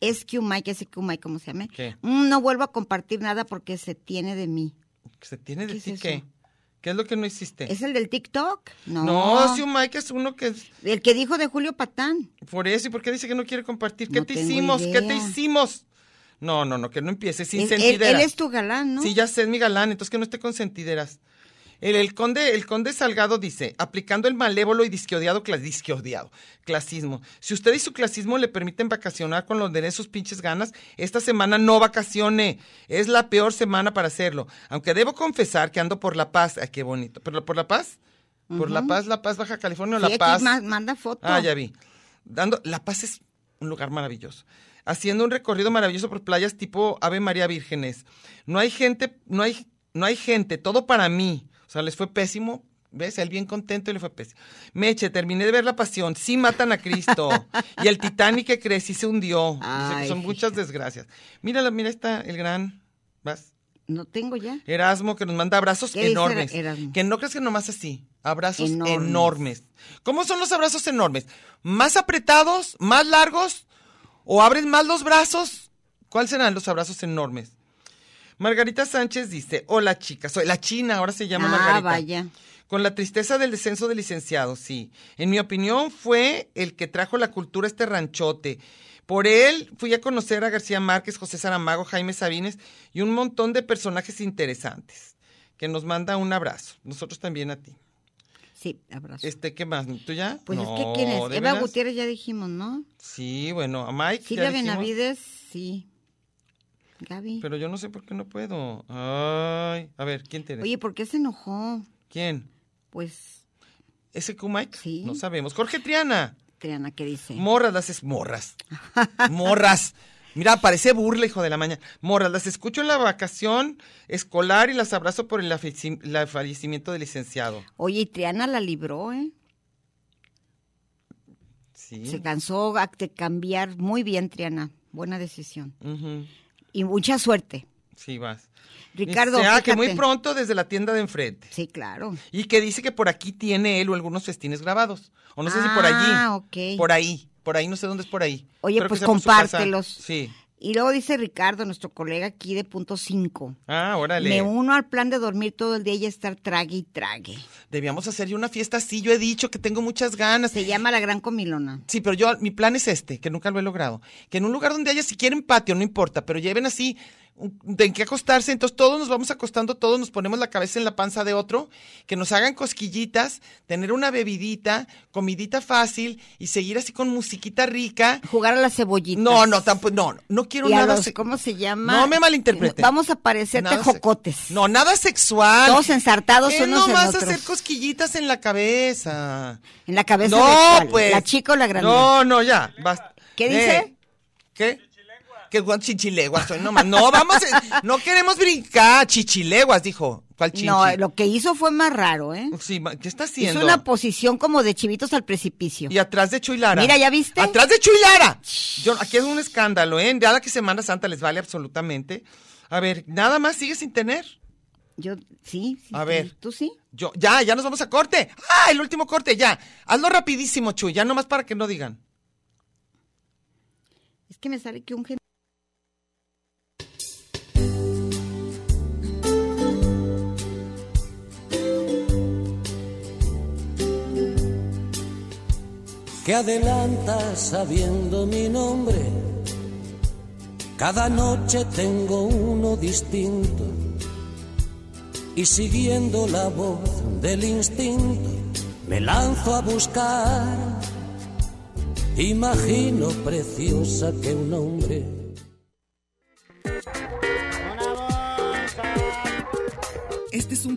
Speaker 4: es Q Mike, es Q Mike, ¿cómo se llama?
Speaker 3: ¿Qué?
Speaker 4: Mm, No vuelvo a compartir nada porque se tiene de mí.
Speaker 3: ¿Se tiene de
Speaker 4: ¿Qué es
Speaker 3: ti
Speaker 4: eso?
Speaker 3: qué? ¿Qué es lo que no hiciste?
Speaker 4: ¿Es el del TikTok? No.
Speaker 3: No, si un Mike es uno que... es-
Speaker 4: El que dijo de Julio Patán.
Speaker 3: Por eso, ¿y por qué dice que no quiere compartir? ¿Qué
Speaker 4: No
Speaker 3: te
Speaker 4: tengo
Speaker 3: hicimos? ¿Qué te
Speaker 4: idea.
Speaker 3: hicimos? No, no, no, que no empieces sin
Speaker 4: Él, él-
Speaker 3: sentidera.
Speaker 4: él es tu galán, ¿no?
Speaker 3: Sí, ya sé, es mi galán, entonces que no esté con sentideras. El, el conde, el conde Salgado dice, aplicando el malévolo y disqueodiado, cla- disqueodiado, clasismo. Si usted y su clasismo le permiten vacacionar con los de sus pinches ganas, esta semana no vacacione. Es la peor semana para hacerlo. Aunque debo confesar que ando por La Paz. Ay, qué bonito. ¿Pero por La Paz? ¿Por La Paz, La Paz, Baja California o
Speaker 4: Sí,
Speaker 3: La
Speaker 4: aquí
Speaker 3: Paz?
Speaker 4: ma- manda foto.
Speaker 3: Ah, ya vi. Dando, La Paz es un lugar maravilloso. Haciendo un recorrido maravilloso por playas tipo Ave María Vírgenes. No hay gente, no hay, no hay gente, todo para mí. O sea, les fue pésimo. ¿Ves? Él bien contento y le fue pésimo. Meche, terminé de ver La Pasión. Sí matan a Cristo. y el Titanic que crees, sí se hundió. Dice que
Speaker 4: Ay,
Speaker 3: son muchas desgracias. Mírala, mira, está el gran... ¿Vas?
Speaker 4: No tengo ya.
Speaker 3: Erasmo que nos manda abrazos
Speaker 4: ¿Qué dice
Speaker 3: enormes.
Speaker 4: Era- Erasmo?
Speaker 3: Que no crees que nomás así. Abrazos
Speaker 4: Enormes.
Speaker 3: enormes. ¿Cómo son los abrazos enormes? ¿Más apretados? ¿Más largos? ¿O abres más los brazos? ¿Cuáles serán los abrazos enormes? Margarita Sánchez dice, hola chicas, soy la China, ahora se llama
Speaker 4: ah,
Speaker 3: Margarita.
Speaker 4: vaya.
Speaker 3: Con la tristeza del descenso de licenciados, sí. En mi opinión, fue el que trajo la cultura a este ranchote. Por él fui a conocer a García Márquez, José Saramago, Jaime Sabines y un montón de personajes interesantes. Que nos manda un abrazo. Nosotros también a ti.
Speaker 4: Sí, abrazo.
Speaker 3: Este, ¿qué más? ¿Tú ya?
Speaker 4: pues es que
Speaker 3: No,
Speaker 4: quién es,
Speaker 3: ¿de
Speaker 4: Eva
Speaker 3: veras?
Speaker 4: Gutiérrez ya dijimos, ¿no?
Speaker 3: Sí, bueno, a Mike. ya
Speaker 4: Silvia
Speaker 3: dijimos,
Speaker 4: Benavides, sí. Gaby.
Speaker 3: Pero yo no sé por qué no puedo. Ay, a ver, ¿quién tiene?
Speaker 4: Oye, ¿por qué se enojó?
Speaker 3: ¿Quién?
Speaker 4: Pues,
Speaker 3: ¿Ese Q Mike?
Speaker 4: Sí.
Speaker 3: No sabemos. Jorge Triana.
Speaker 4: Triana, ¿qué dice?
Speaker 3: Morras las es morras. Morras. Mira, parece burla, hijo de la maña. Morras, las escucho en la vacación escolar y las abrazo por el afeci- la fallecimiento del licenciado.
Speaker 4: Oye, y Triana la libró, ¿eh?
Speaker 3: Sí.
Speaker 4: Se cansó a- de cambiar. Muy bien, Triana. Buena decisión.
Speaker 3: Ujú.
Speaker 4: Y mucha suerte.
Speaker 3: Sí, vas.
Speaker 4: Ricardo,
Speaker 3: Dice, ah, que
Speaker 4: fíjate.
Speaker 3: muy pronto desde la tienda de enfrente.
Speaker 4: Sí, claro.
Speaker 3: Y que dice que por aquí tiene él o algunos festines grabados. O no sé si por allí.
Speaker 4: Ah, ok.
Speaker 3: Por ahí. Por ahí, no sé dónde es por ahí.
Speaker 4: Oye,
Speaker 3: Creo que
Speaker 4: pues
Speaker 3: sea por su casa.
Speaker 4: compártelos.
Speaker 3: Sí.
Speaker 4: Y luego dice Ricardo, nuestro colega aquí de punto 5.
Speaker 3: Ah, órale.
Speaker 4: Me uno al plan de dormir todo el día y estar trague y trague.
Speaker 3: Debíamos hacer yo una fiesta así. Yo he dicho que tengo muchas ganas.
Speaker 4: Se llama la gran comilona.
Speaker 3: Sí, pero yo, mi plan es este, que nunca lo he logrado. Que en un lugar donde haya, si quieren patio, no importa, pero lleven así, un- de en qué acostarse. Entonces todos nos vamos acostando, todos nos ponemos la cabeza en la panza de otro, que nos hagan cosquillitas, tener una bebidita, comidita fácil y seguir así con musiquita rica.
Speaker 4: Jugar a las cebollitas.
Speaker 3: No, no, tampoco, no, no, no quiero
Speaker 4: Y a
Speaker 3: nada.
Speaker 4: los-
Speaker 3: se-
Speaker 4: ¿Cómo se llama?
Speaker 3: No me malinterpreten.
Speaker 4: Vamos a parecerte
Speaker 3: nada se-
Speaker 4: jocotes.
Speaker 3: No, nada sexual.
Speaker 4: Todos ensartados
Speaker 3: ¿Qué
Speaker 4: unos en
Speaker 3: nomás
Speaker 4: otros?
Speaker 3: hacer cosquillitas en la cabeza.
Speaker 4: En la cabeza.
Speaker 3: no,
Speaker 4: virtual,
Speaker 3: pues.
Speaker 4: La chica o la grande.
Speaker 3: No, no, ya. basta.
Speaker 4: ¿Qué dice?
Speaker 3: ¿Qué? Que guan chichileguas soy nomás. No, vamos, eh, no queremos brincar. Chichileguas, dijo. ¿Cuál chichi?
Speaker 4: No, lo que hizo fue más raro, ¿eh?
Speaker 3: Sí, ma- ¿qué está haciendo?
Speaker 4: Hizo una posición como de chivitos al precipicio.
Speaker 3: Y atrás de Chuy Lara.
Speaker 4: Mira, ¿ya viste?
Speaker 3: Atrás de Chuy Lara. Yo, aquí es un escándalo, ¿eh? Nada que Semana Santa les vale absolutamente. A ver, nada más sigue sin tener.
Speaker 4: Yo, sí. sí,
Speaker 3: A
Speaker 4: tú-
Speaker 3: ver.
Speaker 4: ¿Tú sí?
Speaker 3: Yo, ya, ya nos vamos a corte. Ah, el último corte, ya. Hazlo rapidísimo, Chuy, ya nomás para que no digan.
Speaker 4: Es que me sale que un gen-
Speaker 7: que adelantas sabiendo mi nombre. Cada noche tengo uno distinto y siguiendo la voz del instinto me lanzo a buscar. Imagino preciosa que un hombre
Speaker 3: Este es un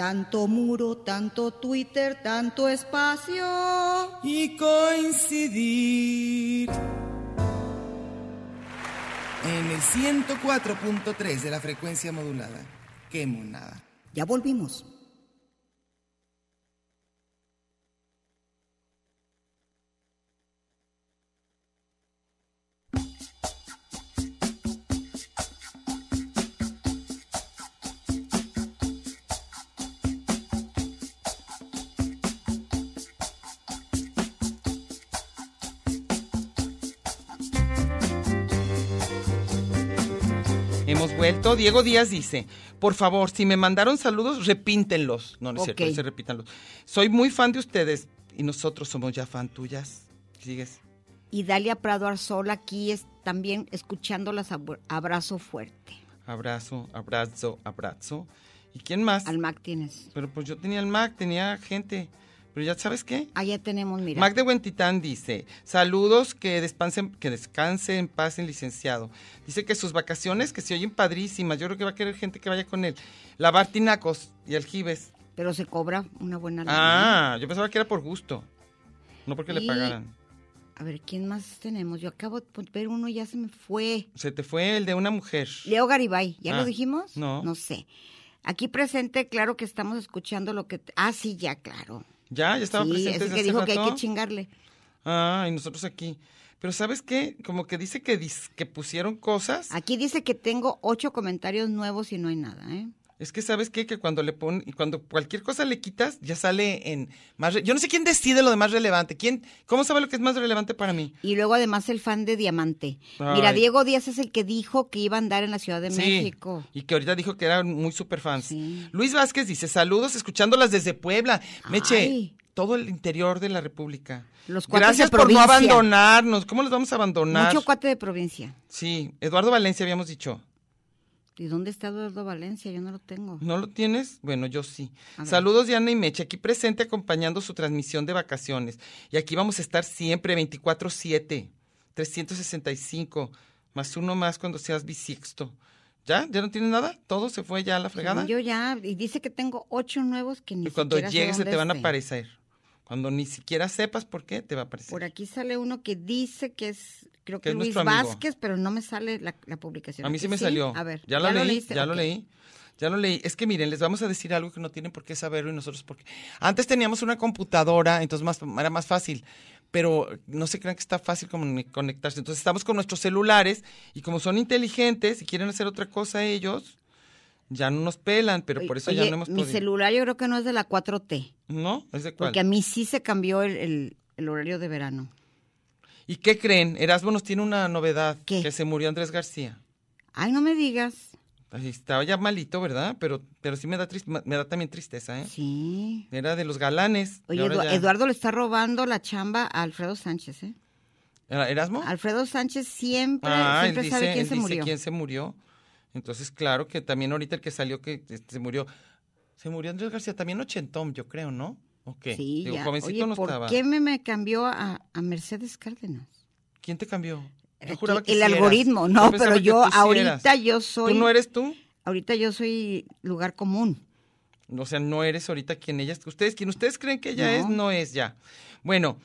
Speaker 1: Tanto muro, tanto Twitter, tanto espacio.
Speaker 3: Y coincidir en el 104.3 de la frecuencia modulada. Qué monada.
Speaker 1: Ya volvimos.
Speaker 3: Hemos vuelto. Diego Díaz dice, por favor, si me mandaron saludos, repíntenlos. No, no es cierto,
Speaker 4: Ok.
Speaker 3: no se repítanlos. Soy muy fan de ustedes y nosotros somos ya fan tuyas. Sigues.
Speaker 4: Y Dalia Prado Arzola aquí es también escuchándolas abu- abrazo fuerte.
Speaker 3: Abrazo, abrazo, abrazo. ¿Y quién más?
Speaker 4: Al Mac tienes.
Speaker 3: Pero pues yo tenía el Mac, tenía gente. Pero ya sabes qué.
Speaker 4: Allá Ah, tenemos, mira.
Speaker 3: Mac de Huentitán dice, saludos, que descansen, que descanse en paz el licenciado. Dice que sus vacaciones, que se oyen padrísimas, yo creo que va a querer gente que vaya con él. Lavar tinacos y aljibes.
Speaker 4: Pero se cobra una buena lana.
Speaker 3: Ah, yo pensaba que era por gusto. No porque le
Speaker 4: Y-
Speaker 3: pagaran.
Speaker 4: A ver, ¿quién más tenemos? Yo acabo de pon- ver uno y ya se me fue.
Speaker 3: Se te fue el de una mujer.
Speaker 4: Leo Garibay, ¿ya
Speaker 3: Ah,
Speaker 4: lo dijimos?
Speaker 3: no.
Speaker 4: No sé. Aquí presente, claro que estamos escuchando lo que... te- Ah, sí, ya, claro.
Speaker 3: Ya, ya estaba
Speaker 4: sí,
Speaker 3: presente
Speaker 4: es el
Speaker 3: desde
Speaker 4: que
Speaker 3: hace
Speaker 4: dijo que hay
Speaker 3: rato.
Speaker 4: que chingarle.
Speaker 3: Ah, y nosotros aquí. Pero ¿sabes qué? Como que dice que, dis- que pusieron cosas.
Speaker 4: Aquí dice que tengo ocho comentarios nuevos y no hay nada, ¿eh?
Speaker 3: Es que sabes qué? que cuando le ponen, y cuando cualquier cosa le quitas, ya sale en más. re- Yo no sé quién decide lo de más relevante. ¿Quién, ¿Cómo sabe lo que es más relevante para mí?
Speaker 4: Y luego además el fan de Diamante. Mira,
Speaker 3: Ay.
Speaker 4: Diego Díaz es el que dijo que iba a andar en la Ciudad de
Speaker 3: Sí,
Speaker 4: México.
Speaker 3: Y que ahorita dijo que eran muy super fans.
Speaker 4: Sí.
Speaker 3: Luis Vázquez dice, saludos, escuchándolas desde Puebla. Meche,
Speaker 4: Ay.
Speaker 3: todo el interior de la República.
Speaker 4: Los cuates
Speaker 3: Gracias
Speaker 4: de
Speaker 3: por no
Speaker 4: provincia.
Speaker 3: abandonarnos. ¿Cómo los vamos a abandonar?
Speaker 4: Mucho cuate de provincia.
Speaker 3: sí, Eduardo Valencia habíamos dicho.
Speaker 4: ¿Y dónde está Eduardo Valencia? Yo no lo tengo.
Speaker 3: ¿No lo tienes? Bueno, yo sí.
Speaker 4: A ver.
Speaker 3: Saludos Diana y Meche, aquí presente acompañando su transmisión de vacaciones. Y aquí vamos a estar siempre 24/7, 365, más uno más cuando seas bisixto. ¿Ya? ¿Ya no tienes nada? ¿Todo se fue ya a la fregada?
Speaker 4: Yo ya, y dice que tengo ocho nuevos que ni
Speaker 3: Y cuando
Speaker 4: siquiera sé
Speaker 3: llegues se
Speaker 4: dónde
Speaker 3: te van a
Speaker 4: esté.
Speaker 3: aparecer. Cuando ni siquiera sepas por qué, te va a aparecer.
Speaker 4: Por aquí sale uno que dice que es, creo
Speaker 3: Que
Speaker 4: que,
Speaker 3: es
Speaker 4: Luis
Speaker 3: nuestro amigo.
Speaker 4: Vázquez, pero no me sale la, la publicación.
Speaker 3: a mí
Speaker 4: Aquí
Speaker 3: sí me salió.
Speaker 4: A ver,
Speaker 3: ya, lo leí,
Speaker 4: leíste?
Speaker 3: ya lo
Speaker 4: Ok.
Speaker 3: leí. Ya lo leí. Es que miren, les vamos a decir algo que no tienen por qué saberlo y nosotros porque antes teníamos una computadora, entonces más, era más fácil. Pero no se crean que está fácil como conectarse. Entonces estamos con nuestros celulares y como son inteligentes y quieren hacer otra cosa ellos, ya no nos pelan, pero
Speaker 4: Oye,
Speaker 3: por eso ya
Speaker 4: oye,
Speaker 3: no hemos
Speaker 4: mi
Speaker 3: podido.
Speaker 4: celular yo creo que no es de la 4T,
Speaker 3: ¿No? ¿Es de cuál?
Speaker 4: porque a mí sí se cambió el, el- el horario de verano.
Speaker 3: ¿Y qué creen? Erasmo nos tiene una novedad,
Speaker 4: ¿Qué?
Speaker 3: que se murió Andrés García.
Speaker 4: Ay, no me digas.
Speaker 3: Ay, Estaba ya malito, ¿verdad? Pero, pero sí me da, tris- me da también tristeza, ¿eh?
Speaker 4: Sí.
Speaker 3: Era de los galanes. y
Speaker 4: Oye,
Speaker 3: ahora
Speaker 4: Edu-
Speaker 3: ya-
Speaker 4: Eduardo le está robando la chamba a Alfredo Sánchez, ¿eh?
Speaker 3: ¿Era ¿Erasmo?
Speaker 4: Alfredo Sánchez siempre,
Speaker 3: Ah, él
Speaker 4: siempre
Speaker 3: dice,
Speaker 4: sabe quién
Speaker 3: él
Speaker 4: se
Speaker 3: dice
Speaker 4: murió.
Speaker 3: quién se murió. Entonces, claro que también ahorita el que salió que este, se murió. Se murió Andrés García, también ochentón, yo creo, ¿no? ¿O qué?
Speaker 4: Sí,
Speaker 3: Digo,
Speaker 4: ya.
Speaker 3: jovencito
Speaker 4: Oye,
Speaker 3: no
Speaker 4: ¿por
Speaker 3: estaba.
Speaker 4: qué me, me cambió a, a Mercedes Cárdenas?
Speaker 3: ¿Quién te cambió? Yo
Speaker 4: Aquí,
Speaker 3: juraba que
Speaker 4: el
Speaker 3: sí eras.
Speaker 4: algoritmo, no,
Speaker 3: pensaba
Speaker 4: pero
Speaker 3: que
Speaker 4: yo
Speaker 3: tú sí eras.
Speaker 4: ahorita yo soy,
Speaker 3: ¿Tú no eres tú?
Speaker 4: ahorita yo soy lugar común.
Speaker 3: O sea, no eres ahorita quien ella es. Ustedes, quien ustedes creen que ella
Speaker 4: No.
Speaker 3: es, no es ya. Bueno,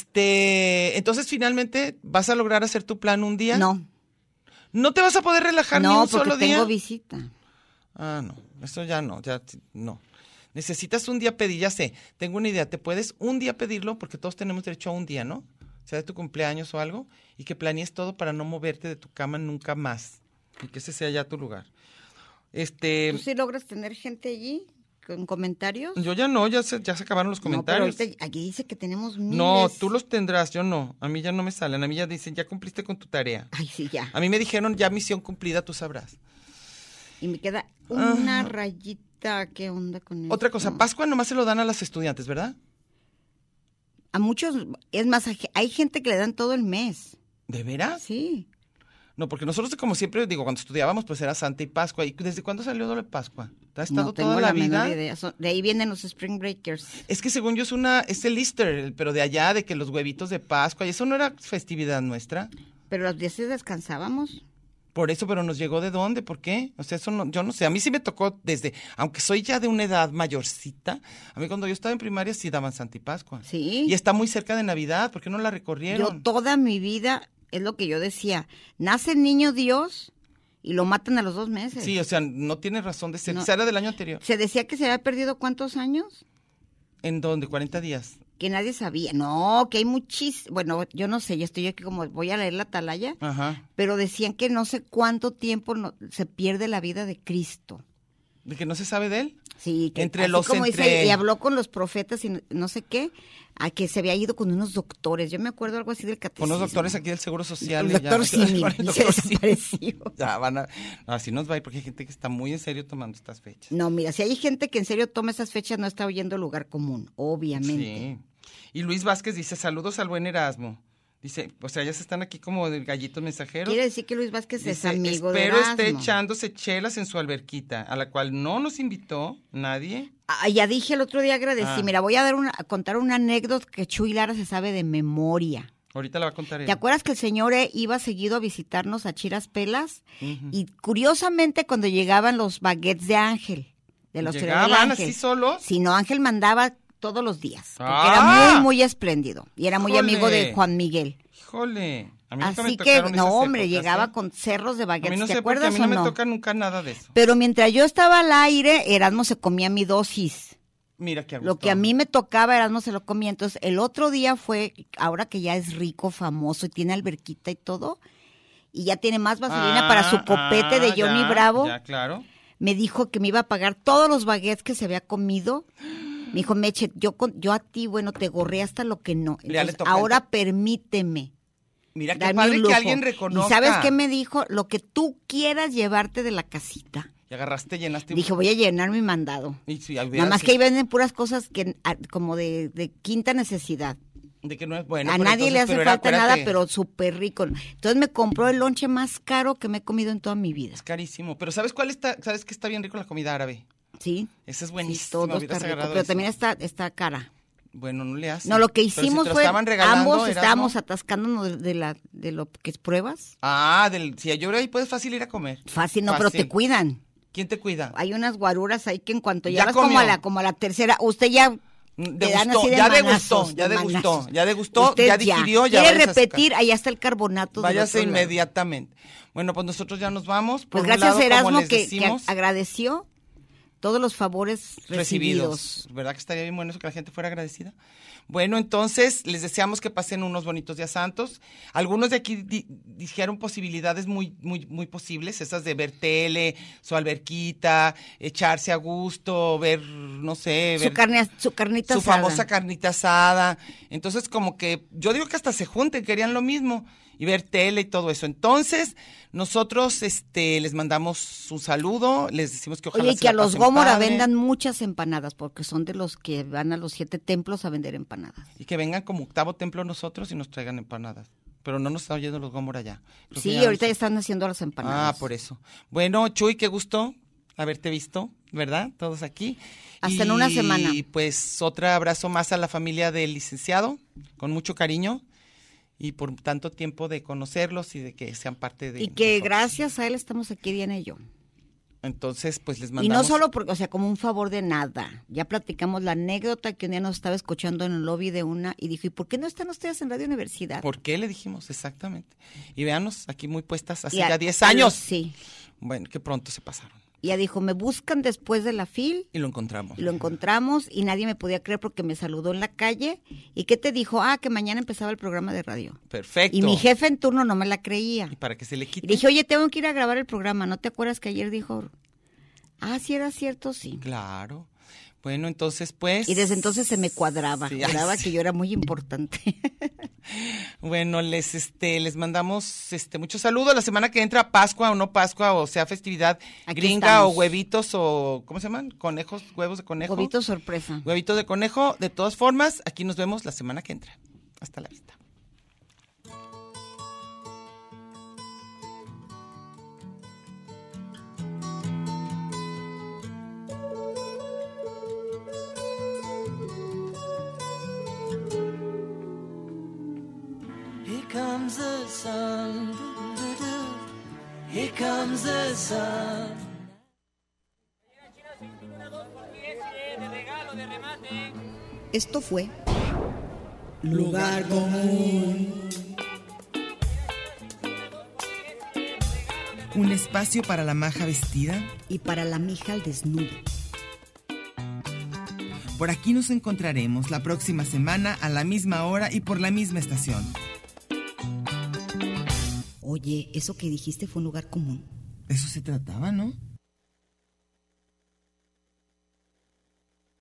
Speaker 3: este, entonces finalmente vas a lograr hacer tu plan un día.
Speaker 4: No,
Speaker 3: No te vas a poder relajar ni
Speaker 4: no,
Speaker 3: un
Speaker 4: porque
Speaker 3: solo día.
Speaker 4: tengo visita.
Speaker 3: Ah, no, eso ya no, ya t- no. Necesitas un día pedir, ya sé, tengo una idea, te puedes un día pedirlo porque todos tenemos derecho a un día, ¿no? Sea de tu cumpleaños o algo, y que planees todo para no moverte de tu cama nunca más. Y que ese sea ya tu lugar. Este,
Speaker 4: ¿Tú sí logras tener gente allí con comentarios?
Speaker 3: yo ya no, ya se, ya se acabaron los
Speaker 4: No,
Speaker 3: comentarios.
Speaker 4: pero ahorita aquí dice que tenemos miles.
Speaker 3: No, tú los tendrás, yo no. A mí ya no me salen. A mí ya dicen, ya cumpliste con tu tarea.
Speaker 4: Ay, sí, ya.
Speaker 3: A mí me dijeron, ya misión cumplida, tú sabrás.
Speaker 4: Y me queda una rayita. ¿Qué onda con eso?
Speaker 3: Ah. Otra cosa, Pascua nomás se lo dan a las estudiantes, ¿verdad?
Speaker 4: A muchos, es más, hay- hay gente que le dan todo el mes.
Speaker 3: ¿De veras?
Speaker 4: Sí.
Speaker 3: No, porque nosotros, como siempre, digo, cuando estudiábamos, pues era Santa y Pascua. ¿Y desde cuándo salió lo de Pascua? ¿Ha estado
Speaker 4: No tengo
Speaker 3: toda la, vida?
Speaker 4: menor idea. Son- De ahí vienen los Spring Breakers.
Speaker 3: Es que según yo es una, es el Easter, el- pero de allá, de que los huevitos de Pascua, y eso no era festividad nuestra.
Speaker 4: Pero los días sí descansábamos.
Speaker 3: Por eso, pero nos llegó de dónde, ¿por qué? O sea, eso no, yo no sé. A mí sí me tocó desde, aunque soy ya de una edad mayorcita, a mí cuando yo estaba en primaria sí daban Santa y Pascua.
Speaker 4: Sí.
Speaker 3: Y está muy cerca de Navidad, ¿por qué no la
Speaker 4: Yo
Speaker 3: recorrieron?
Speaker 4: toda mi vida, es lo que yo decía, nace el niño Dios y lo matan a los dos meses.
Speaker 3: sí, o sea, no tiene razón de ser.
Speaker 4: No.
Speaker 3: O sea, era del año anterior.
Speaker 4: Se decía que se había perdido cuántos años,
Speaker 3: ¿En dónde? ¿40 días?
Speaker 4: que nadie sabía. No, que hay muchis... Bueno, yo no sé, yo estoy aquí como voy a leer la atalaya,
Speaker 3: Ajá.
Speaker 4: pero decían que no sé cuánto tiempo no- se pierde la vida de Cristo.
Speaker 3: ¿De que no se sabe de él?
Speaker 4: Sí, que
Speaker 3: Entre
Speaker 4: así
Speaker 3: los-
Speaker 4: como dice,
Speaker 3: entre-
Speaker 4: y habló con los profetas y no sé qué, a que se había ido con unos doctores. Yo me acuerdo algo así del
Speaker 3: Con
Speaker 4: catecismo.
Speaker 3: los doctores aquí del Seguro Social.
Speaker 4: El
Speaker 3: y ya.
Speaker 4: doctor Simi,
Speaker 3: Con el
Speaker 4: y se
Speaker 3: doctor Simi.
Speaker 4: desapareció.
Speaker 3: Ya van a. no, así nos va a ir porque hay gente que está muy en serio tomando estas fechas.
Speaker 4: No, mira, si hay gente que en serio toma esas fechas, no está oyendo lugar común,
Speaker 3: Sí.
Speaker 4: obviamente.
Speaker 3: Y Luis Vázquez dice: saludos al buen Erasmo. Dice, o sea, ya se están aquí como del gallito mensajero.
Speaker 4: Quiere decir que Luis Vázquez es
Speaker 3: Dice,
Speaker 4: amigo
Speaker 3: Espero este
Speaker 4: de
Speaker 3: esté
Speaker 4: Erasmo.
Speaker 3: echándose chelas en su alberquita, a la cual no nos invitó nadie.
Speaker 4: Ah, ya dije el otro día agradecí.
Speaker 3: Ah.
Speaker 4: Mira, voy a dar una, a contar una anécdota que Chuy Lara se sabe de memoria.
Speaker 3: Ahorita la va a contar él.
Speaker 4: ¿Te acuerdas que el señor eh, iba seguido a visitarnos a Chiras Pelas? Y curiosamente cuando llegaban los baguettes de Ángel, de los Tereros de
Speaker 3: ¿Llegaban
Speaker 4: Ángel.
Speaker 3: así solos?
Speaker 4: Si no, Ángel mandaba todos los días. Porque
Speaker 3: Ah.
Speaker 4: era muy, muy espléndido. Y era muy amigo de
Speaker 3: Híjole.
Speaker 4: Juan Miguel.
Speaker 3: Híjole. A mí nunca me
Speaker 4: Así que,
Speaker 3: tocaron
Speaker 4: no,
Speaker 3: esas
Speaker 4: hombre,
Speaker 3: épocas,
Speaker 4: llegaba
Speaker 3: ¿eh?
Speaker 4: con cerros de
Speaker 3: A mí
Speaker 4: baguettes.
Speaker 3: no
Speaker 4: ¿Te
Speaker 3: sé porque a mí
Speaker 4: acuerdas o
Speaker 3: no me
Speaker 4: no?
Speaker 3: toca nunca nada de eso.
Speaker 4: Pero mientras yo estaba al aire, Erasmo se comía mi dosis.
Speaker 3: Mira qué a
Speaker 4: Lo
Speaker 3: gusto.
Speaker 4: que a mí me tocaba, Erasmo se lo comía. Entonces, el otro día fue, ahora que ya es rico, famoso y tiene alberquita y todo, y ya tiene más vaselina
Speaker 3: Ah,
Speaker 4: para su copete de
Speaker 3: ah,
Speaker 4: Johnny
Speaker 3: ya,
Speaker 4: Bravo.
Speaker 3: Ya, claro.
Speaker 4: me dijo que me iba a pagar todos los baguettes que se había comido. Me dijo, Meche, yo, con- yo a ti, bueno, te gorré hasta lo que no.
Speaker 3: Ya le
Speaker 4: Entonces,
Speaker 3: toca el-
Speaker 4: ahora permíteme.
Speaker 3: Mira qué
Speaker 4: darme un
Speaker 3: padre que
Speaker 4: lujo.
Speaker 3: alguien reconozca.
Speaker 4: ¿Y sabes qué me dijo? Lo que tú quieras llevarte de la casita.
Speaker 3: Y agarraste, llenaste. un-
Speaker 4: Dije, voy a llenar mi mandado.
Speaker 3: Y si hubiera-
Speaker 4: Nada más que ahí venden puras cosas que ah, como de, de quinta necesidad.
Speaker 3: De que no es bueno.
Speaker 4: a
Speaker 3: pero
Speaker 4: nadie le
Speaker 3: entonces-
Speaker 4: hace
Speaker 3: pero era,
Speaker 4: falta nada,
Speaker 3: acuérdate,
Speaker 4: pero súper rico. Entonces me compró el lonche más caro que me he comido en toda mi vida.
Speaker 3: Es carísimo. Pero ¿sabes cuál está? ¿Sabes que está bien rico la comida árabe?
Speaker 4: ¿Sí?
Speaker 3: Esa es
Speaker 4: sí,
Speaker 3: buenísima.
Speaker 4: todo
Speaker 3: hubieras
Speaker 4: está rico,
Speaker 3: agarrado
Speaker 4: pero
Speaker 3: eso.
Speaker 4: también está, está cara.
Speaker 3: Bueno, no le hace.
Speaker 4: No, lo que
Speaker 3: Pero si te
Speaker 4: hicimos
Speaker 3: lo
Speaker 4: fue,
Speaker 3: estaban regalando,
Speaker 4: ambos
Speaker 3: era,
Speaker 4: estábamos
Speaker 3: ¿no?
Speaker 4: atascándonos de, de la, de lo que es pruebas.
Speaker 3: Ah, del, si yo ahí puedes fácil ir a comer.
Speaker 4: Fácil, no, pero te
Speaker 3: Fácil.
Speaker 4: cuidan.
Speaker 3: ¿Quién te cuida?
Speaker 4: Hay unas guaruras ahí que en cuanto
Speaker 3: Ya
Speaker 4: llegas como
Speaker 3: comió.
Speaker 4: a la, como a la tercera, usted ya
Speaker 3: Mm,
Speaker 4: te dan
Speaker 3: degustó,
Speaker 4: así de
Speaker 3: ya
Speaker 4: manazos,
Speaker 3: degustó, ya degustó,
Speaker 4: manazos.
Speaker 3: ya degustó,
Speaker 4: Usted
Speaker 3: ya digirió, ya
Speaker 4: ¿Quiere
Speaker 3: váyase a su
Speaker 4: repetir? Allá está el carbonato. del
Speaker 3: Váyase
Speaker 4: otro lado.
Speaker 3: inmediatamente. Bueno, pues nosotros ya nos vamos. Por
Speaker 4: Pues
Speaker 3: un
Speaker 4: gracias
Speaker 3: lado,
Speaker 4: a Erasmo
Speaker 3: como les
Speaker 4: que, que
Speaker 3: decimos,
Speaker 4: agradeció todos los favores recibidos.
Speaker 3: recibidos. ¿Verdad que estaría bien bueno eso que la gente fuera agradecida? Bueno, entonces les deseamos que pasen unos bonitos días santos. Algunos de aquí di- dijeron posibilidades muy, muy, muy posibles, esas de ver tele, su alberquita, echarse a gusto, ver, no sé,
Speaker 4: Su,
Speaker 3: ver
Speaker 4: carne, su carnita
Speaker 3: su
Speaker 4: asada.
Speaker 3: famosa carnita asada. Entonces, como que yo digo que hasta se junten, querían lo mismo y ver tele y todo eso. Entonces, nosotros este les mandamos un saludo, les decimos que ojalá
Speaker 4: Oye, y
Speaker 3: se
Speaker 4: que a
Speaker 3: la
Speaker 4: los
Speaker 3: pasen
Speaker 4: Gómora
Speaker 3: padre,
Speaker 4: vendan muchas empanadas, porque son de los que van a los siete templos a vender empanadas.
Speaker 3: y que vengan como octavo templo nosotros y nos traigan empanadas. Pero no nos está oyendo los Gómora ya. Creo que
Speaker 4: Sí,
Speaker 3: nos-
Speaker 4: ahorita ya están haciendo las empanadas.
Speaker 3: Pues Ah, por eso. Bueno, Chuy, qué gusto haberte visto, ¿verdad? Todos aquí.
Speaker 4: Hasta en una semana.
Speaker 3: Y pues otro abrazo más a la familia del licenciado, con mucho cariño y por tanto tiempo de conocerlos y de que sean parte de
Speaker 4: Y que
Speaker 3: nosotros.
Speaker 4: gracias a él estamos aquí, Diana y yo.
Speaker 3: Entonces, pues les
Speaker 4: Y no
Speaker 3: mandamos
Speaker 4: solo porque, o sea, como un favor de nada. Ya platicamos la anécdota que un día nos estaba escuchando en el lobby de una y dijo, ¿y por qué no están ustedes en Radio Universidad?
Speaker 3: ¿Por qué le dijimos? Exactamente. Y véanos, aquí muy puestas, hace
Speaker 4: Y a-
Speaker 3: ya 10
Speaker 4: a los-
Speaker 3: años.
Speaker 4: Sí.
Speaker 3: Bueno, que pronto se pasaron.
Speaker 4: Y ya dijo, me buscan después de la fil
Speaker 3: Y lo encontramos.
Speaker 4: y lo encontramos y nadie me podía creer porque me saludó en la calle. ¿Y qué te dijo? Ah, que mañana empezaba el programa de radio.
Speaker 3: Perfecto.
Speaker 4: Y mi jefe en turno no me la creía.
Speaker 3: Y para que se le quite.
Speaker 4: Y dije, oye, tengo que ir a grabar el programa. ¿No te acuerdas que ayer dijo? Ah, sí, era cierto, sí.
Speaker 3: Claro. Bueno, entonces, pues.
Speaker 4: Y desde entonces se me cuadraba.
Speaker 3: Sí, ay,
Speaker 4: cuadraba
Speaker 3: sí.
Speaker 4: que yo era muy importante.
Speaker 3: Bueno, les este les mandamos este muchos saludos. La semana que entra, Pascua o no Pascua, o sea, festividad
Speaker 4: Aquí
Speaker 3: gringa
Speaker 4: estamos.
Speaker 3: o huevitos o ¿cómo se llaman? Conejos, huevos de conejo.
Speaker 4: Bobito sorpresa.
Speaker 3: Huevitos de conejo. De todas formas, aquí nos vemos la semana que entra. Hasta la vista.
Speaker 7: Here comes the sun. doo-doo-doo. Here comes the sun.
Speaker 1: Esto fue
Speaker 8: Un espacio para la maja vestida.
Speaker 1: Y para la mija al desnudo.
Speaker 8: Por aquí nos encontraremos la próxima semana a la misma hora y por la misma estación.
Speaker 1: Oye, eso que dijiste fue un lugar común.
Speaker 8: De eso se trataba, ¿no?